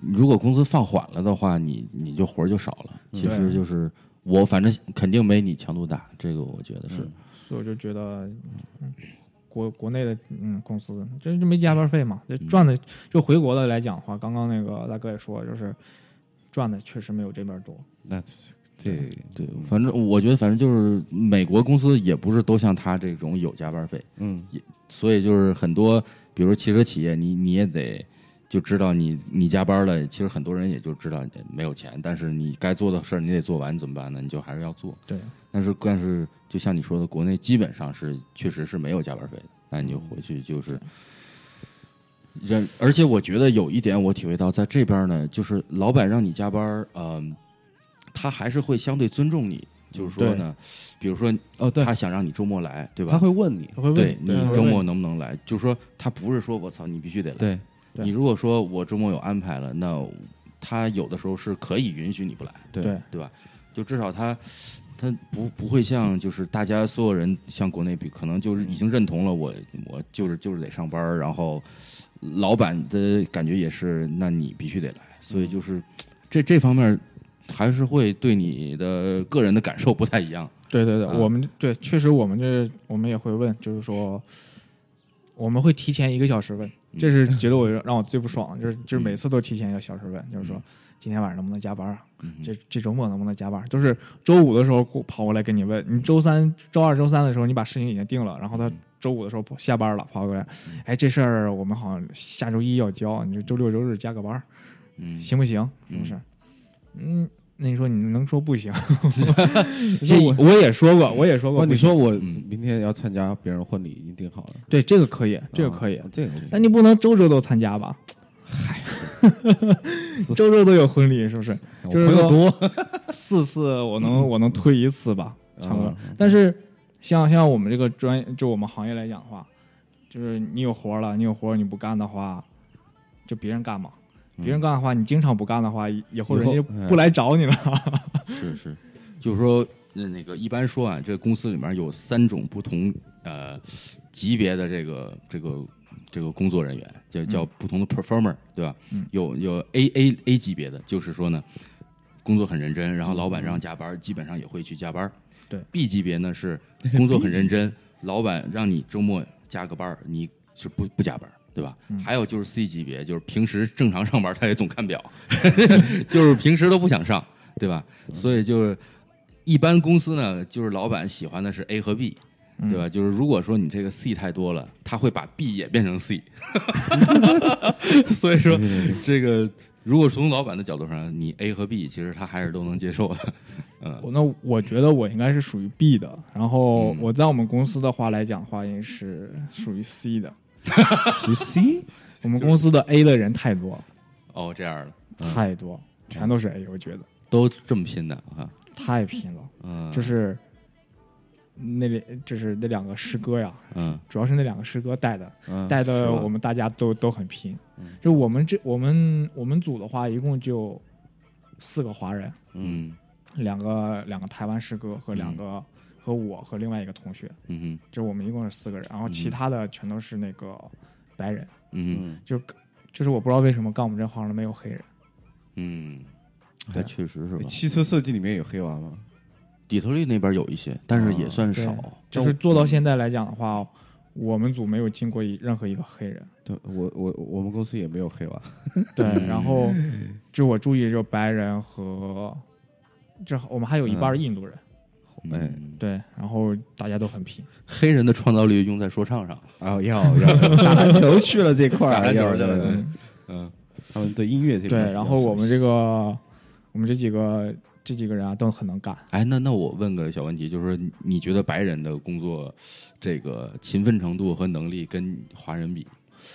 如果公司放缓了的话，你你就活儿就少了。其实对就是我反正肯定没你强度大，这个我觉得是嗯，所以我就觉得，嗯国国内的嗯公司这这没加班费嘛，这赚的就回国的来讲的话，刚刚那个大哥也说，就是赚的确实没有这边多。那这对，反正我觉得反正就是美国公司也不是都像他这种有加班费，嗯所以就是很多，比如说汽车企业，你你也得就知道你你加班了，其实很多人也就知道没有钱，但是你该做的事儿你得做完，怎么办呢？你就还是要做。对，但是但是就像你说的，国内基本上是确实是没有加班费的，那你就嗯回去就是。人，而且我觉得有一点我体会到，在这边呢，就是老板让你加班儿，嗯、他还是会相对尊重你，就是说呢，比如说哦对，他想让你周末来，对吧？他会问你，他会问对你对他会周问末能不能来？就说他不是说我操你必须得来，对，对你如果说我周末有安排了，那他有的时候是可以允许你不来，对对对吧？就至少他他不不会像就是大家所有人像国内比，可能就是已经认同了我我就是就是得上班儿，然后老板的感觉也是，那你必须得来，所嗯以就是这这方面还是会对你的个人的感受不太一样，对对对，啊我们对确实我们这我们也会问，就是说我们会提前一个小时问，这是觉得我让我最不爽，就是就是每次都提前一个小时问，就是说今天晚上能不能加班啊？嗯这这周末能不能加班？都是周五的时候过跑过来跟你问，你周三、周二、周三的时候你把事情已经定了，然后他周五的时候跑下班了跑过来，哎，这事儿我们好像下周一要交，你这周六周日加个班儿嗯，行不行？是不是？嗯，那你说你能说不行？ 这我我也说过，我也说过哦，不行，你说我嗯明天要参加别人婚礼，已经定好了，对这个可以，这个可以啊，，这个 OK 那你不能周周都参加吧？嗨， 周周都有婚礼是不是？我就是朋友说多， 四次我能我能推一次吧，差不多嗯。但是像像我们这个专业就我们行业来讲的话，就是你有活儿了，你有活儿你不干的话，就别人干嘛。别人干的话，你经常不干的话，以以后嗯以人后嗯家不来找你了。是是， 就是说，呃那个一般说啊，这个公司里面有三种不同呃级别的这个这个这个工作人员，就叫不同的 performer，、对吧？嗯有有 A A A 级别的，就是说呢，工作很认真，然后老板让加班，基本上也会去加班。对，B 级别呢是工作很认真，老板让你周末加个班儿，你是不不加班儿。对吧？还有就是 C 级别，就是平时正常上班，他也总看表， 就是平时都不想上，对吧？所以就是一般公司呢，就是老板喜欢的是 A 和 B，对吧？就是如果说你这个 C 太多了，他会把 B 也变成 C，所以说这个如果从老板的角度上，你 A 和 B 其实他还是都能接受的， 嗯我那我觉得我应该是属于 B 的，然后我在我们公司的话来讲的话，也是属于 C 的。十 C，我们公司的 A 的人太多了，哦，这样的嗯太多，全都是 A，我觉得都这么拼的啊，太拼了。嗯，就是那里，就是那两个师哥呀，嗯主要是那两个师哥带的，嗯带是的吧嗯我们大家都都很拼。就我们这我们我们组的话，一共就四个华人，嗯两个两个台湾师哥和嗯两个和我和另外一个同学，嗯就我们一共是四个人，然后其他的全都是那个白人，嗯嗯嗯就是就是我不知道为什么干我们这行的没有黑人，嗯，还确实是吧？汽车设计里面有黑娃吗？底特律那边有一些，但是也算少，就是嗯做到现在来讲的话，我们组没有进过一任何一个黑人。对，我我我们公司也没有黑娃，对，嗯然后就我注意，就白人和这我们还有一嗯半儿印度人，哎嗯，对，然后大家都很拼，黑人的创造力用在说唱上，啊，要要打篮球去了这 块儿，啊打篮球要去了要要对嗯，他们对音乐这块对儿比，较然后我们熟悉这个我们这几个这几个人啊都很能干，哎，那那我问个小问题，就是说你你觉得白人的工作这个勤奋程度和能力跟华人比，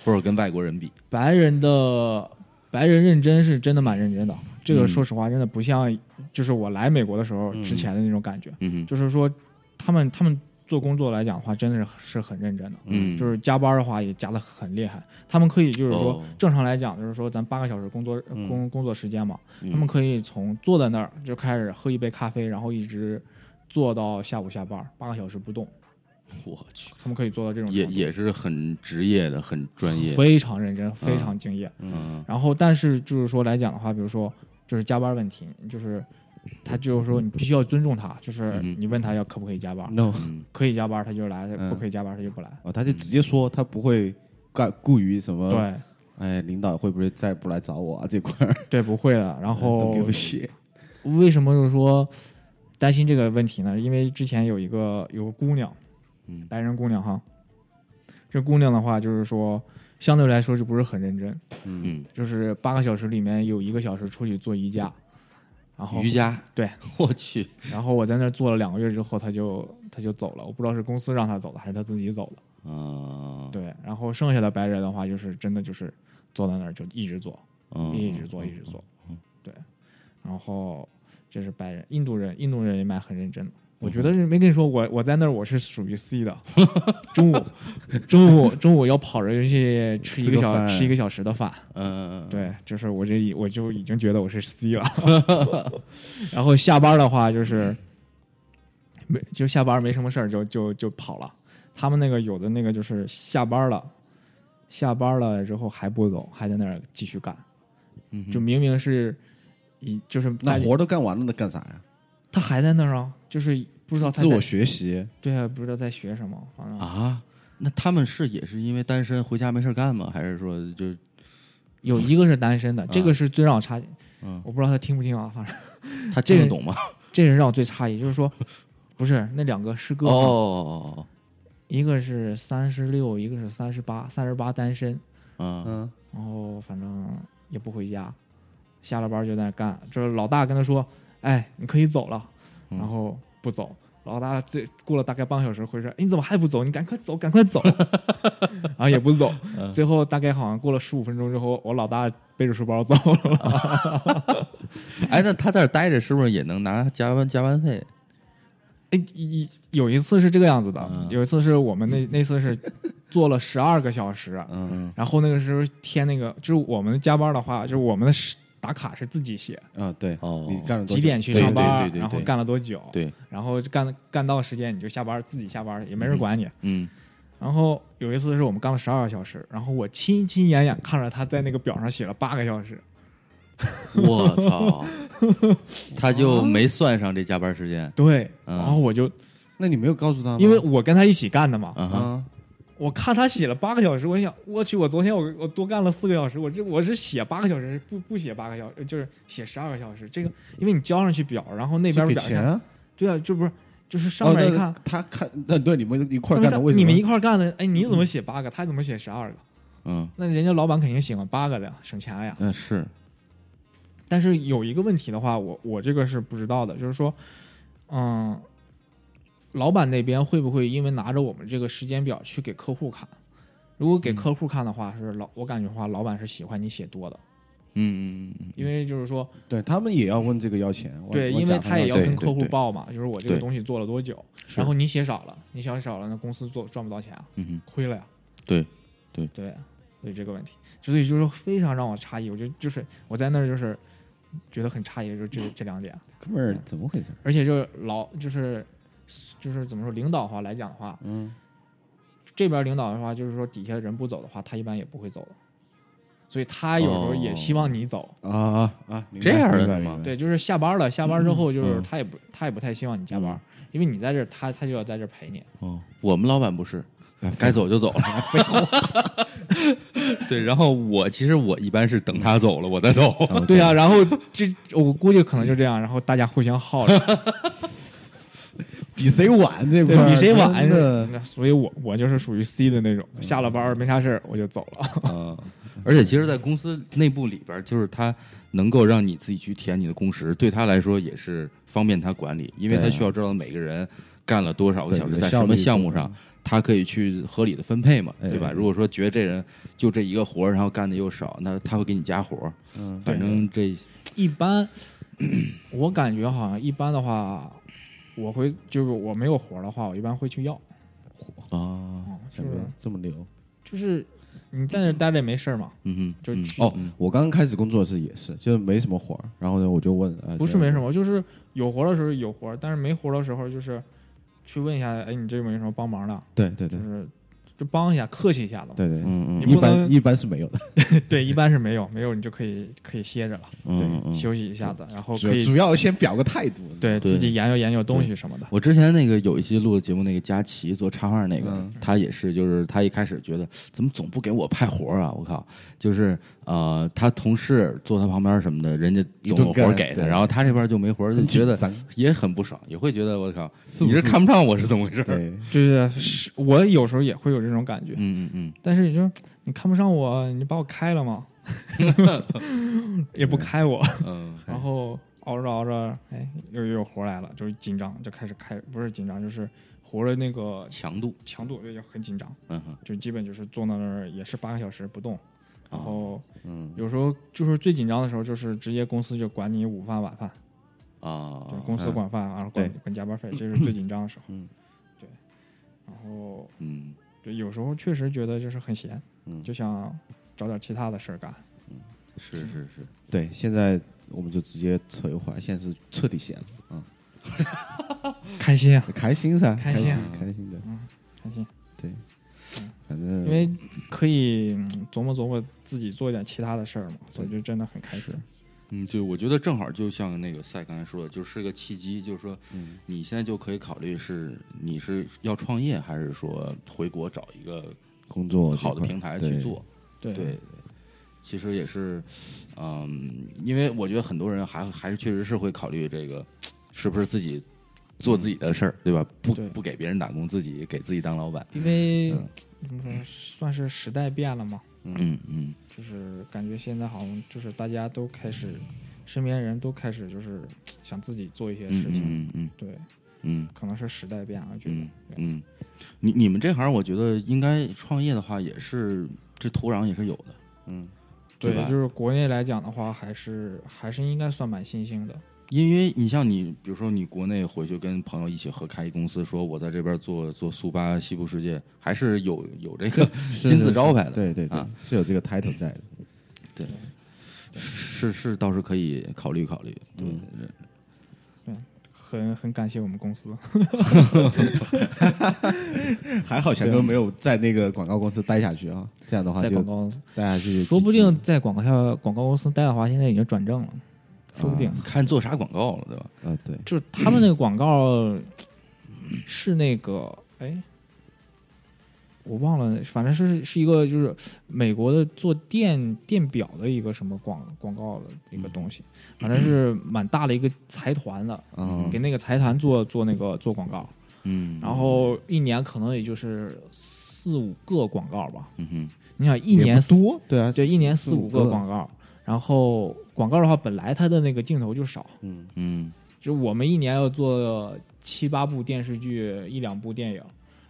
或者跟外国人比，白人的白人认真是真的蛮认真的，嗯这个说实话真的不像就是我来美国的时候之前的那种感觉，嗯哼，就是说他们他们。做工作来讲的话，真的是是很认真的。嗯就是加班的话也加的很厉害。他们可以就是说，哦正常来讲就是说咱八个小时工作呃嗯工工作时间嘛，嗯他们可以从坐在那儿就开始喝一杯咖啡，然后一直坐到下午下班，八个小时不动，我去，他们可以做到这种也程度也是很职业的，很专业。非常认真，非常敬业。嗯然后，但是就是说来讲的话，比如说就是加班问题，就是他就是说你必须要尊重他，就是嗯哼你问他要可不可以加班， no 嗯可以加班他就来，嗯不可以加班他就不来。哦，他就直接说他不会干顾于什嗯么，对哎，领导会不会再不来找我啊这块儿，对，不会了。嗯 然后都给我写，为什么就是说担心这个问题呢？因为之前有一个有个姑娘，嗯白人姑娘哈，这姑娘的话就是说相对来说是不是很认真，嗯，就是八个小时里面有一个小时出去做瑜伽，然后瑜伽，对， 我去，然后我在那儿做了两个月之后，他就他就走了，我不知道是公司让他走的还是他自己走的。啊，对，然后剩下的白人的话，就是真的就是坐在那儿就一直做，嗯，一直做，一直做。对，然后这是白人，印度人，印度人也蛮很认真的。嗯我觉得是没跟你说，我我在那儿我是属于 C 的，中午中午中午要跑着去吃一吃个个小饭吃一个小时的饭，嗯，嗯，嗯对，就是我这已我就已经觉得我是 C 了。 然后下班的话就是没就下班没什么事儿就就就跑了。他们那个有的那个就是下班了，下班了之后还不走，还在那儿继续干，嗯哼就明明是一就是那大家活都干完了，那干啥呀？他还在那儿啊，就是不知道他自自在我学习，对啊，不知道在学什么，反正啊，那他们是也是因为单身回家没事儿干吗？还是说就有一个是单身的，这个是最让我差，嗯我不知道他听不听啊，反正他听这得懂吗？这是让我最诧异，就是说。不是那两个师哥哦嘛哦一个是三十六，一个是三十八，三十八单身，哦哦，嗯嗯，然后反正也不回家，下了班就在那干。就是老大跟他说：“哎，你可以走了。”嗯然后不走。老大这过了大概半个小时回说：“哎，你怎么还不走？你赶快走，赶快走！” 然后也不走。嗯最后大概好像过了十五分钟之后，我老大背着书包走了。 嗯哎，那他在这儿待着是不是也能拿加班加班费？哎，一有一次是这个样子的，嗯有一次是我们那那次是做了十二个小时，啊嗯然后那个时候填那个，就是我们加班的话，就是我们的时打卡是自己写，啊，对，哦你干了多嗯几久点去对上班，对对对对然后对干了多久，对，然后干干到时间你就下班，自己下班也没人管你。嗯，然后有一次是我们干了十二个小时，然后我亲亲眼眼看着他在那个表上写了八个小时，我操，他就没算上这加班时间对，嗯然后我就那你没有告诉他吗？因为我嗯跟他一起干的嘛，啊哈，啊，我看他写了八个小时，我想我去，我昨天我我多干了四个小时，我这我是写八个小时，不不写八个小时，就是写十二个小时。这个因为你交上去表，然后那就边给表钱上啊，对啊，就不是就是上面一看哦，那他看，那对你们一块上儿面干的，一看为什么嗯你们一块儿干的，哎，你怎么写八个，他怎么写十二个？嗯那人家老板肯定喜欢八个的呀，省钱呀。嗯是，但是有一个问题的话，我我这个是不知道的，就是说，嗯，老板那边会不会因为拿着我们这个时间表去给客户看？如果嗯给客户看的话，是老我感觉的话，老板是喜欢你写多的，嗯嗯嗯，因为就是说，对他们也要问这个要钱，问对，问因甲为方他也要钱跟对客户对报嘛，就是我这个对东西做了多久，是然后你写少了，你写少了，那公司做赚不到钱啊。嗯哼亏了呀。对，对对，所以这个问题，所以就是非常让我诧异。我觉得就是我在那儿就是觉得很诧异，就是这这两点，哥们儿怎么回事？而且就是老就是就是怎么说，领导的话来讲的话，嗯，这边领导的话就是说底下人不走的话，他一般也不会走的，所以他有时候也希望你走。哦啊啊啊！明白这样的明白是吗明白对，就是下班了，下班之后就是嗯他也不、他也不太希望你加班，因为你在这儿，他他就要在这儿陪你。哦，我们老板不是。啊该走就走了，对。然后我其实我一般是等他走了，我再走。哦对啊，然后这我估计可能就这样，然后大家互相耗着。比谁晚这块 对儿，比谁晚真的，那所以我我就是属于 C 的那种，下了班儿没啥事儿我就走了。啊，而且其实，在公司内部里边儿，就是他能够让你自己去填你的工时，对他来说也是方便他管理，因为对他需要知道每个人干了多少个对小时，你的在效什么率项怎目么上样，他可以去合理的分配嘛，哎对吧？对如果说觉得这人就这一个活儿，然后干的又少，那他会给你加活儿。嗯，反正这一般，我感觉好像一般的话，我会就是我没有活儿的话，我一般会去要，哦啊，哦是想着这么牛，就是你在那儿待着也没事儿嘛，嗯就嗯去哦，我刚开始工作是也是，就是没什么活儿，然后呢，我就问，啊、不是没什么，就是有活的时候有活，但是没活的时候就是去问一下，哎，你这有没有什么帮忙的？对对就对是就帮一下，客气一下子嘛。对对，嗯嗯嗯你一不能般一般是没有的，对，一般是没有，没有你就可以可以歇着了，嗯嗯嗯。休息一下子，然后主可要以主要先表个态 度，对对自己研究研究东西什么的。我之前那个有一期录的节目，那个佳琪做插画那个，嗯他也是，就是他一开始觉得怎么总不给我派活儿啊，我靠，就是呃，他同事坐他旁边什么的，人家总有活儿给一顿他，干然后他这边就没活儿，就很觉紧得张也很不爽，也会觉得我靠，是不你是是看不上我是怎么回事儿？对，就是是我有时候也会有这种感觉，嗯嗯但是你说你看不上我，你把我开 了吗？也不开我，哎嗯 嗯，然后熬着熬着，哎，又又有活来了，就是紧张，就开始开，不是紧张，就是活的那个强度，强度也很紧张，嗯哼就基本就是坐那儿也是八个小时不动，哦然哦后啊嗯有时候就是最紧张的时候，就是直接公司就管你午饭晚饭，啊对，，公司管饭，然后管对管加班费，这是最紧张的时候。嗯，对，然后嗯就有时候确实觉得就是很闲，嗯就想找点其他的事儿干。是嗯是是，对，现在我们就直接扯一会儿，现在是彻底闲了啊、开心啊，开心噻，开开心心啊开心的，开心，反正嗯因为可以嗯琢磨琢磨自己做一点其他的事儿嘛，所以就真的很开心。嗯，对，我觉得正好就像那个赛刚才说的，就是个契机，就是说，嗯你现在就可以考虑是你是要创业，还是说回国找一个工作好这的块平台对去做。对对，其实也是，嗯，因为我觉得很多人还还是确实是会考虑这个是不是自己做自己的事儿，对吧？不对不给别人打工，自己给自己当老板。因为嗯怎么说，算是时代变了嘛，嗯嗯就是感觉现在好像就是大家都开始，身边人都开始就是想自己做一些嗯事情。嗯嗯对，嗯可能是时代变了，觉得嗯。嗯，你你们这行，我觉得应该创业的话，也是这土壤也是有的。嗯，对吧就是国内来讲的话，还是还是应该算蛮新兴的。因为你像你，比如说你国内回去跟朋友一起合开一公司，说我在这边做做速八西部世界，还是有有这个是是金字是招牌的，对对对啊，是有这个 title 在的，是是倒是可以考虑考虑。对，嗯嗯很很感谢我们公司，还好翔哥没有在那个广告公司待下去啊，这样的话在啊就广告公司，待下去，说不定在广告下广告公司待的话，现在已经转正了，说不定、你看做啥广告了，对吧？啊，对，就是他们那个广告是那个哎，我忘了，反正是是一个就是美国的做电电表的一个什么广广告的一个东西，嗯反正是蛮大的一个财团的，啊给那个财团做做那个做广告，嗯，然后一年可能也就是四五个广告吧。嗯哼，你想一也年不四多，对啊，对一年四四五五个个广告，然后广告的话本来它的那个镜头就少，嗯，嗯就我们一年要做七八部电视剧，一两部电影，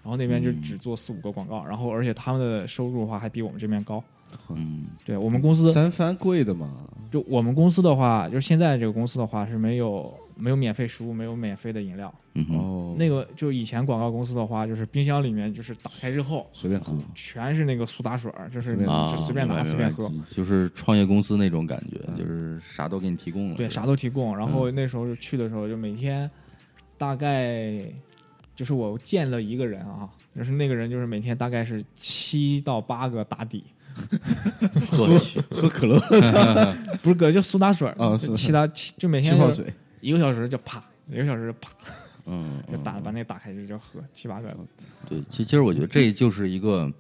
然后那边就只做四五个广告，然后而且他们的收入的话还比我们这边高。嗯对我们公司，三番贵的嘛，就我们公司的话，就是现在这个公司的话是没有没有免费食物，没有免费的饮料。嗯哼，哦，那个就以前广告公司的话，就是冰箱里面就是打开之后随便喝，啊全是那个苏打水儿，就是随便啊，就随便拿明白随便喝，，明白就是创业公司那种感觉，嗯就是啥都给你提供了。对，是吧啥都提供。然后那时候就去的时候，就每天大概就是我见了一个人啊，就是那个人就是每天大概是七到八个打底，我去，喝可乐 不是哥就苏打水儿啊就是七打七就每气天泡就水，一个小时就啪，一个小时就啪嗯，就嗯打把那个打开就就喝七八个，对，其其实我觉得这就是一个，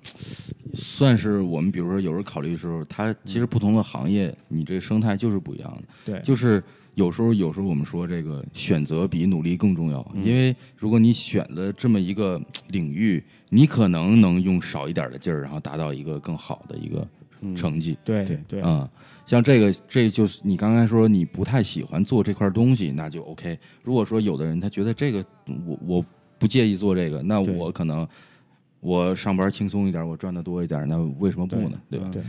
算是我们比如说有时候考虑的时候，它其实不同的行业，你这生态就是不一样的。对，就是有时候有时候我们说这个选择比努力更重要，因为如果你选了这么一个领域，你可能能用少一点的劲儿，然后达到一个更好的一个嗯成绩。对对对啊、像这个，这就是你刚才说你不太喜欢做这块东西，那就 OK。如果说有的人他觉得这个我我不介意做这个，那对我可能我上班轻松一点，我赚的多一点，那为什么不呢？对吧？嗯对，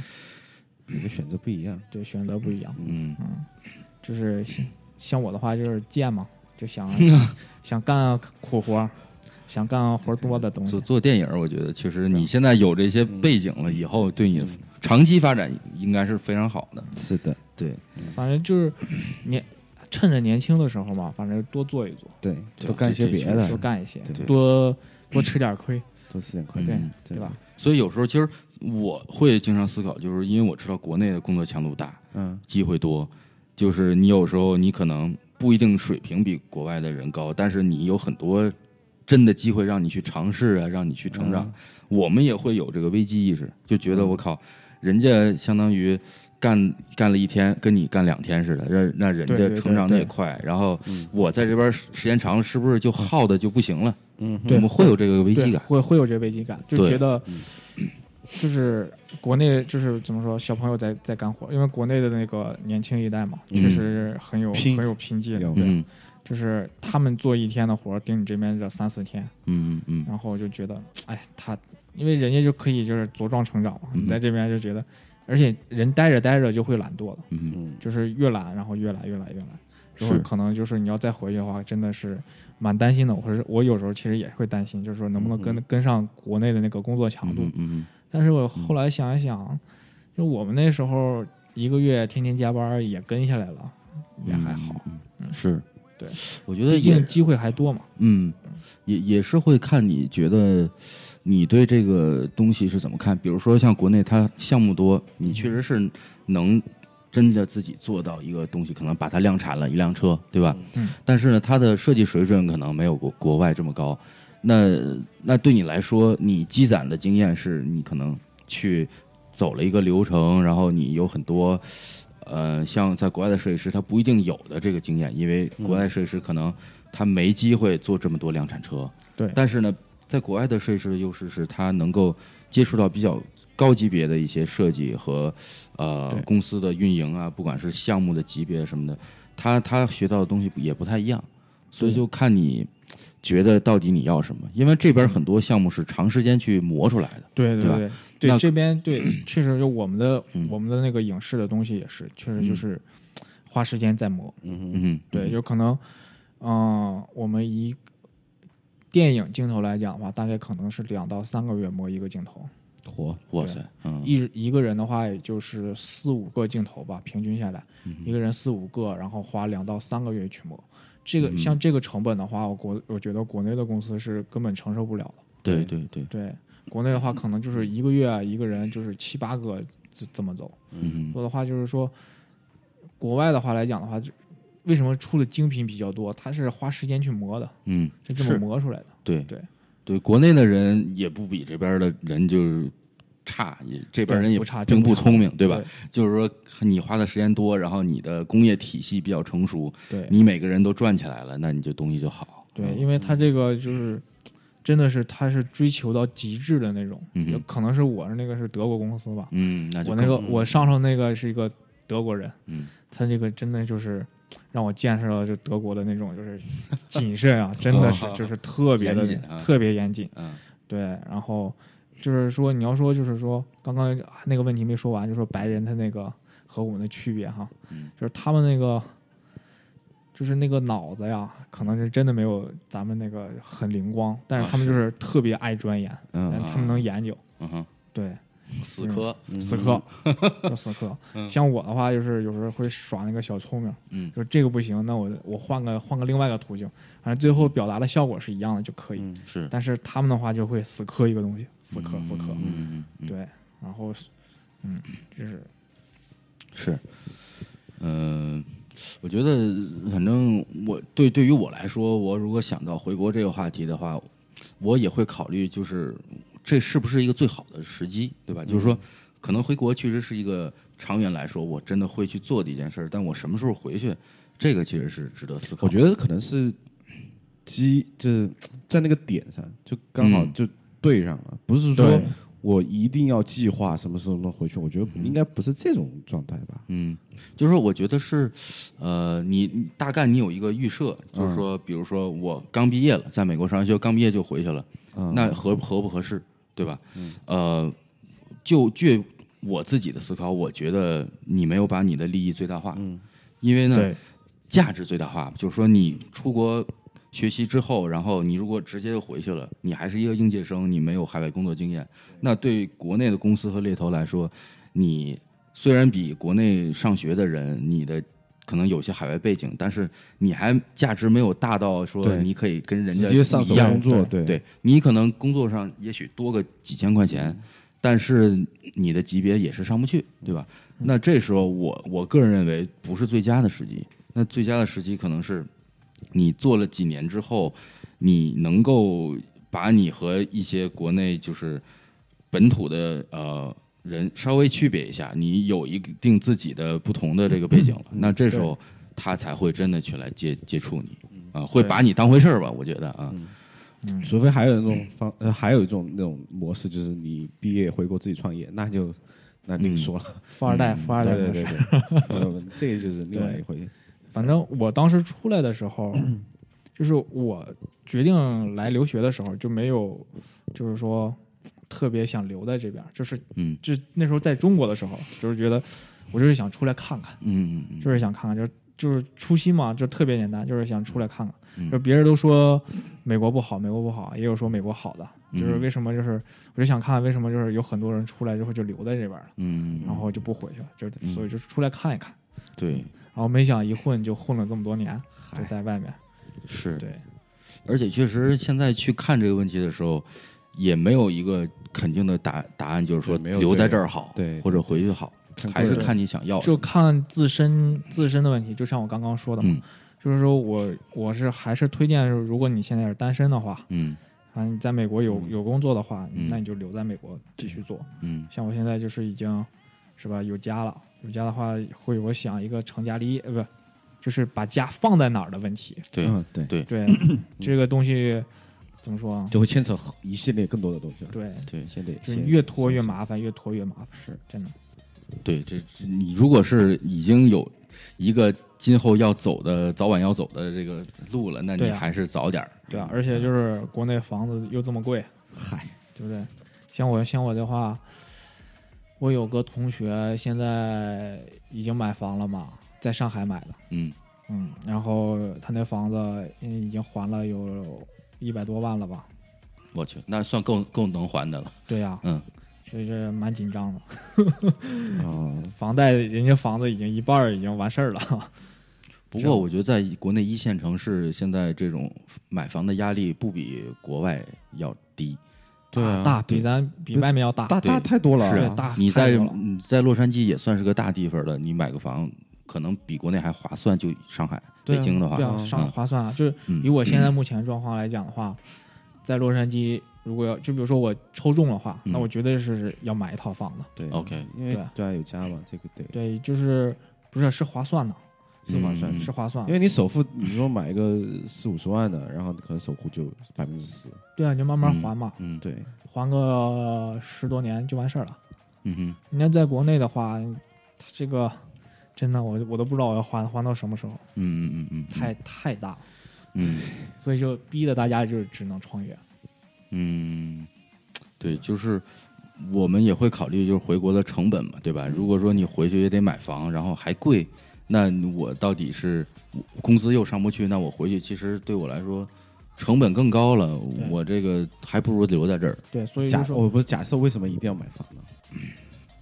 每个选择不一样，对，选择不一样，嗯就是像我的话就是贱嘛，就想想干苦活儿，想干活多的东做西。做电影，我觉得确实你现在有这些背景了，以后对你长期发展应该是非常好的。是的，对，反正就是年趁着年轻的时候嘛，反正多做一做，对，对多干一些这这别确的多，干一些，对多多吃点亏，多吃点亏，对嗯真对的吧？？所以有时候其实我会经常思考，就是因为我知道国内的工作强度大，嗯，机会多，就是你有时候你可能不一定水平比国外的人高，但是你有很多真的机会让你去尝试啊，让你去成长。我们也会有这个危机意识，就觉得我靠，人家相当于干干了一天，跟你干两天似的，让那人对家对成长的对也快，然后我在这边时时间长了，是不是就耗的就不行了？嗯哼，对我们会有这个危机对感。会会有这危机感，就对觉得就是国内就是怎么说，小朋友在在干活，因为国内的那个年轻一代嘛，嗯确实很有拼很有拼劲，有对，嗯就是他们做一天的活儿顶你这边的三四天，嗯嗯然后我就觉得，哎，他因为人家就可以就是茁壮成长嘛，嗯你在这边就觉得，而且人待着待着就会懒惰了，嗯嗯，嗯，就是越懒，然后越懒越懒越懒。之后是可能就是你要再回去的话，真的是蛮担心的。我是我有时候其实也会担心，就是说能不能跟、跟上国内的那个工作强度。嗯嗯但是我后来想一想，就我们那时候一个月天天加班也跟下来了，也还好。，是，对，我觉得嗯毕也竟机会还多嘛。嗯，也也是会看你觉得你对这个东西是怎么看。比如说像国内它项目多，你确实是能真的自己做到一个东西，可能把它量产了一辆车，对吧？嗯。但是呢，它的设计水准可能没有国国外这么高。那那对你来说，你积攒的经验是你可能去走了一个流程，然后你有很多。呃，像在国外的设计师，他不一定有的这个经验，因为国外设计师可能他没机会做这么多量产车。对但是呢，在国外的设计师的优势是他能够接触到比较高级别的一些设计和呃对公司的运营啊，不管是项目的级别什么的，他他学到的东西也不太一样，所以对就看你觉得到底你要什么，因为这边很多项目是长时间去磨出来的。对对吧对那对，这边对， 确实就我们的嗯我们的那个影视的东西也是，确实就是花时间在磨。嗯，对，就可能，嗯、我们一电影镜头来讲的话，大概可能是两到三个月磨一个镜头，活，哇塞，嗯，一一个人的话也就是四五个镜头吧，平均下来，嗯一个人四五个，然后花两到三个月去磨。这嗯个像这个成本的话，我国我觉得国内的公司是根本承受不了的。对对对，对，国内的话可能就是一个月啊一个人就是七八个这这么走，嗯说的话就是说，国外的话来讲的话，就为什么出的精品比较多？它是花时间去磨的，嗯，是这是么磨出来的。对对对，国内的人也不比这边的人就是差，也这边人也不差并真不差聪明，对吧？对就是说你花的时间多，然后你的工业体系比较成熟，对你每个人都赚起来了，那嗯你就东西就好。对，因为它这个就是真的是它是追求到极致的那种，嗯哼有可能是我是那个是德国公司吧，嗯，那就我那个更我上上那个是一个德国人，嗯，他这个真的就是。让我见识了就德国的那种 就是谨慎啊，真的是就是特别的哦严谨啊特别严谨，嗯对，然后就是说你要说就是说刚刚那个问题没说完，就是说白人他那个和我们的区别哈，嗯就是他们那个就是那个脑子呀，可能是真的没有咱们那个很灵光，但是啊他们就是特别爱钻研，但嗯是他们能研究，嗯哼，对，死磕，死磕，就死磕。像我的话，就是有时候会耍那个小聪明，嗯就这个不行，那我我换个换个另外一个途径，反正最后表达的效果是一样的就可以。嗯是但是他们的话就会死磕一个东西，死磕死磕，嗯嗯，对，然后是，嗯，就是是，嗯、我觉得反正我对对于我来说，我如果想到回国这个话题的话，我也会考虑，就是这是不是一个最好的时机，对吧？嗯就是说，可能回国确实是一个长远来说我真的会去做的一件事儿，但我什么时候回去，这个其实是值得思考。我觉得可能是机，就是在那个点上，就刚好嗯就对上了，不是说。我一定要计划什么时候能回去，我觉得应该不是这种状态吧。嗯，就是说，我觉得是，呃，你你大概你有一个预设，就是说，比如说我刚毕业了，在美国上完学，刚毕业就回去了，嗯那合合不合适，对吧？呃，就据我自己的思考，我觉得你没有把你的利益最大化，因为呢，嗯价值最大化，就是说你出国学习之后，然后你如果直接就回去了，你还是一个应届生，你没有海外工作经验，那对国内的公司和猎头来说，你虽然比国内上学的人，你的。可能有些海外背景，但是你还价值没有大到说对你可以跟人家直接上不手一样工作，对对你可能工作上也许多个几千块钱，但是你的级别也是上不去，对吧？那这时候我我个人认为不是最佳的时机。那最佳的时机可能是你做了几年之后，你能够把你和一些国内就是本土的呃人稍微区别一下，你有一定自己的不同的这个背景了。那这时候他才会真的去来接接触你啊、会把你当回事儿吧？我觉得啊，嗯除非还有那种方，呃，还有一种那种模式，就是你毕业回国自己创业，那就那嗯另说了。富二代，富二代对模对式对。 对，嗯这个就是另外一回。反正我当时出来的时候，就是我决定来留学的时候，就没有，就是说特别想留在这边儿，就是嗯就那时候在中国的时候，就是觉得我就是想出来看看，嗯嗯嗯，就是想看看，就是就是初心嘛，就特别简单，就是想出来看看。嗯就别人都说美国不好，美国不好，也有说美国好的，就是嗯为什么就是我就想看看为什么就是有很多人出来之后就留在这边儿了，嗯，然后就不回去了，就是嗯所以就出来看一看。对然后没想一混就混了这么多年，就在外面。是，对，而且确实现在去看这个问题的时候，也没有一个肯定的答答案，就是说对没有留在对这儿好，对或者回去好，还是看你想要的。就看自身自身的问题，就像我刚刚说的嘛，嗯就是说我我是还是推荐，如果你现在是单身的话，嗯啊，你在美国有、嗯有工作的话，嗯那你就留在美国继续做。嗯像我现在就是已经，是吧？有家了，有家的话会我想一个成家立业，呃，不，就是把家放在哪儿的问题。对嗯，对， 对，这个东西怎么说啊？就会牵扯一系列更多的东西了。对，对先得就是先越拖越麻烦，越拖越麻烦，是真的。嗯对，这这你如果是已经有一个今后要走的早晚要走的这个路了，那你对啊还是早点儿。对啊，而嗯且就是国内房子又这么贵，嗨，对不对？像我像我的话，我有个同学现在已经买房了嘛，在上海买的，嗯嗯，然后他那房子嗯已经还了有一百多万了吧？我去，那算够够能还的了。对呀、嗯，所以这蛮紧张的。哦， 房贷人家房子已经一半儿已经完事儿了，不这样过我觉得在国内一线城市，现在这种买房的压力不比国外要低。对啊大比咱比外面要大，大对大太多了啊，是对大你太在嗯多了你在洛杉矶也算是个大地方了，你买个房可能比国内还划算，就上海、对啊北京的话，对啊，嗯上嗯划算啊！就是以我现在目前状况来讲的话，在洛杉矶，如果要就比如说我抽中的话，嗯那我绝对是要买一套房的。对 OK 因为对对啊有家嘛，这个得对，就是不是是划算的，是划算嗯，是划算因。为你首付你说买一个四五十万的，然后可能首付就百分之十，对啊，你就慢慢还嘛，嗯对，还个十多年就完事儿了。嗯哼，你要在国内的话，它这个真的我我都不知道我要还还到什么时候，嗯嗯嗯嗯，太太大了，嗯所以就逼得大家就是只能创业。嗯，对，就是我们也会考虑就是回国的成本嘛，对吧？如果说你回去也得买房，然后还贵，那我到底是工资又上不去，那我回去其实对我来说成本更高了，对我这个还不如留在这儿。对，所以就假是说我不是假设为什么一定要买房呢？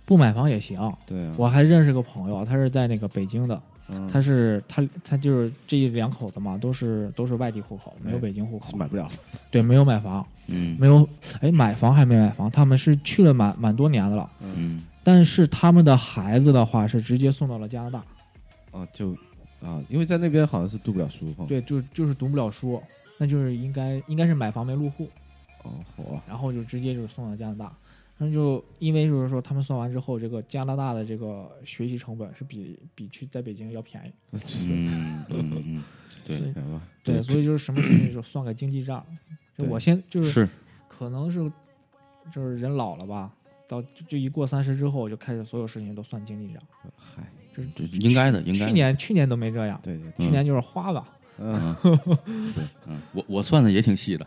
不买房也行。对啊，我还认识个朋友，他是在那个北京的，嗯他是他他就是这两口子嘛，都是都是外地户口，没有哎北京户是口，买不了房，对，没有买房，嗯没有哎买房还没买房，他们是去了蛮蛮多年的了，嗯但是他们的孩子的话是直接送到了加拿大，啊，就啊，因为在那边好像是读不了书哈。，对，就就是读不了书，那就是应该应该是买房没入户，哦，好啊，然后就直接就是送到加拿大。然后就因为就是说，他们算完之后，这个加拿大的这个学习成本是比比去在北京要便宜。是， 嗯嗯嗯，对，行吧，对，所以就是什么事情就算个经济 账。就对我先就是是可能是就是人老了吧，到就就一过三十之后，就开始所有事情都算经济账。嗨，就是应该的，应该嗯去的。年去年都没这样，对对对，去年就是花吧，嗯，嗯，我我算的也挺细的，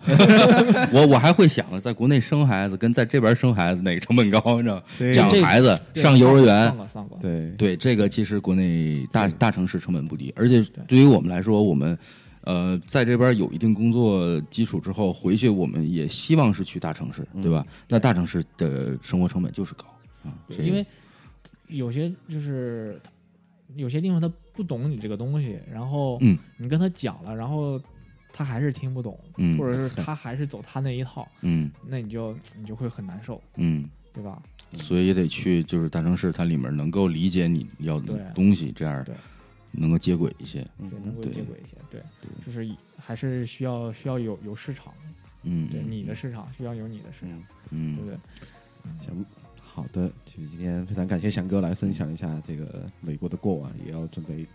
我我还会想着在国内生孩子跟在这边生孩子哪个成本高，你知道吗？对养这孩子对上幼儿园上，过上过，对对这个，其实国内大大城市成本不低，而且对于我们来说，我们呃在这边有一定工作基础之后，回去我们也希望是去大城市，对吧？那大城市的生活成本就是高啊，嗯对这个因为有些就是有些地方他不懂你这个东西，然后嗯你跟他讲了，然后他还是听不懂，嗯或者是他还是走他那一套，嗯那你就你就会很难受，嗯，对吧？所以也得去就是大城市，它里面能够理解你要对的东西，这样对能够接轨一些，嗯对，能够嗯对接轨一些，对，就是以还是需要需要有有市场，嗯，对你的市场需要有你的市场，对不嗯对？行，好的，就是今天非常感谢翔哥来分享一下这个美国的过往，也要准备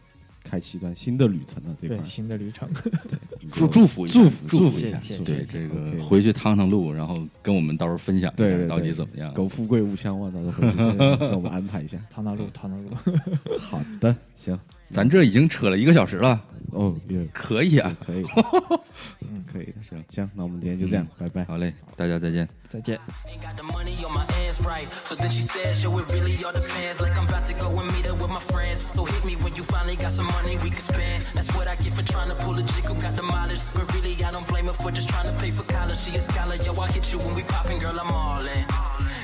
开启一段新的旅程了。这块对新的旅程，祝祝福一下祝福祝祝福福一一下下，谢谢对谢谢这个 OK 回去趟趟路，然后跟我们到时候分享一对下对到底对怎么样，苟富贵勿相忘，到时候回去再 让我们安排一下。唐大路，唐大路，好的，行，咱这已经扯了一个小时了，哦，也可以啊。 可以，嗯可以的，行行，那我们今天就这样，拜拜。嗯好嘞，大家再见。再见。 Ain't got the money on my hands right. So then she says, Yo, it really all depends. Like I'm about to go and meet up with my friends. So hit me when you finally got some money we can spend. That's what I get for trying to pull a chick who got the mileage. But really, I don't blame her for just trying to pay for college. She a scholar, yo, I hit you when we poppin', girl, I'm all in.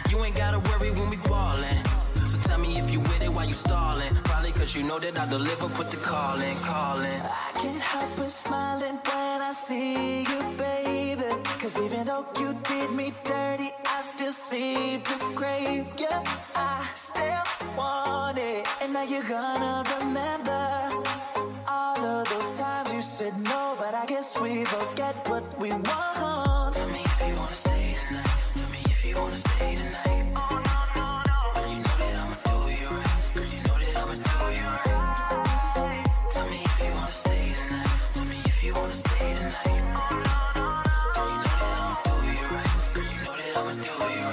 You ain't gotta worry when we ballin'. So tell me if you with it while you stallin'. Probably cause you know that I deliver, put the call in, call in. I can't help but smiling when I see you, baby. Cause even though you did me dirty, I still seem to crave you. I still want it. And now you're gonna remember all of those times you said no, but I guess we both get what we want. Tell me if you wanna stay tonight. Tell me if you wanna stay tonight. Oh no no no. Girl, you know that I'ma do you right. Girl, you know that I'ma do you right. Tell me if you wanna stay tonight. Tell me if you wanna stay tonight. Oh no no no. Girl, you know that I'ma do you right. Girl, you know that I'ma do you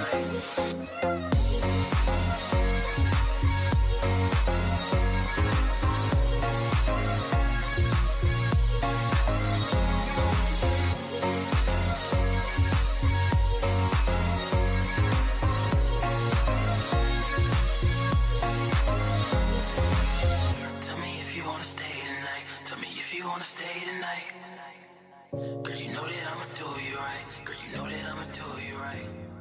right. Tell me if you wanna stay tonight. Tell me if you wanna stay tonight. Girl, you know that I'ma do you right. Girl, you know that I'ma do you right.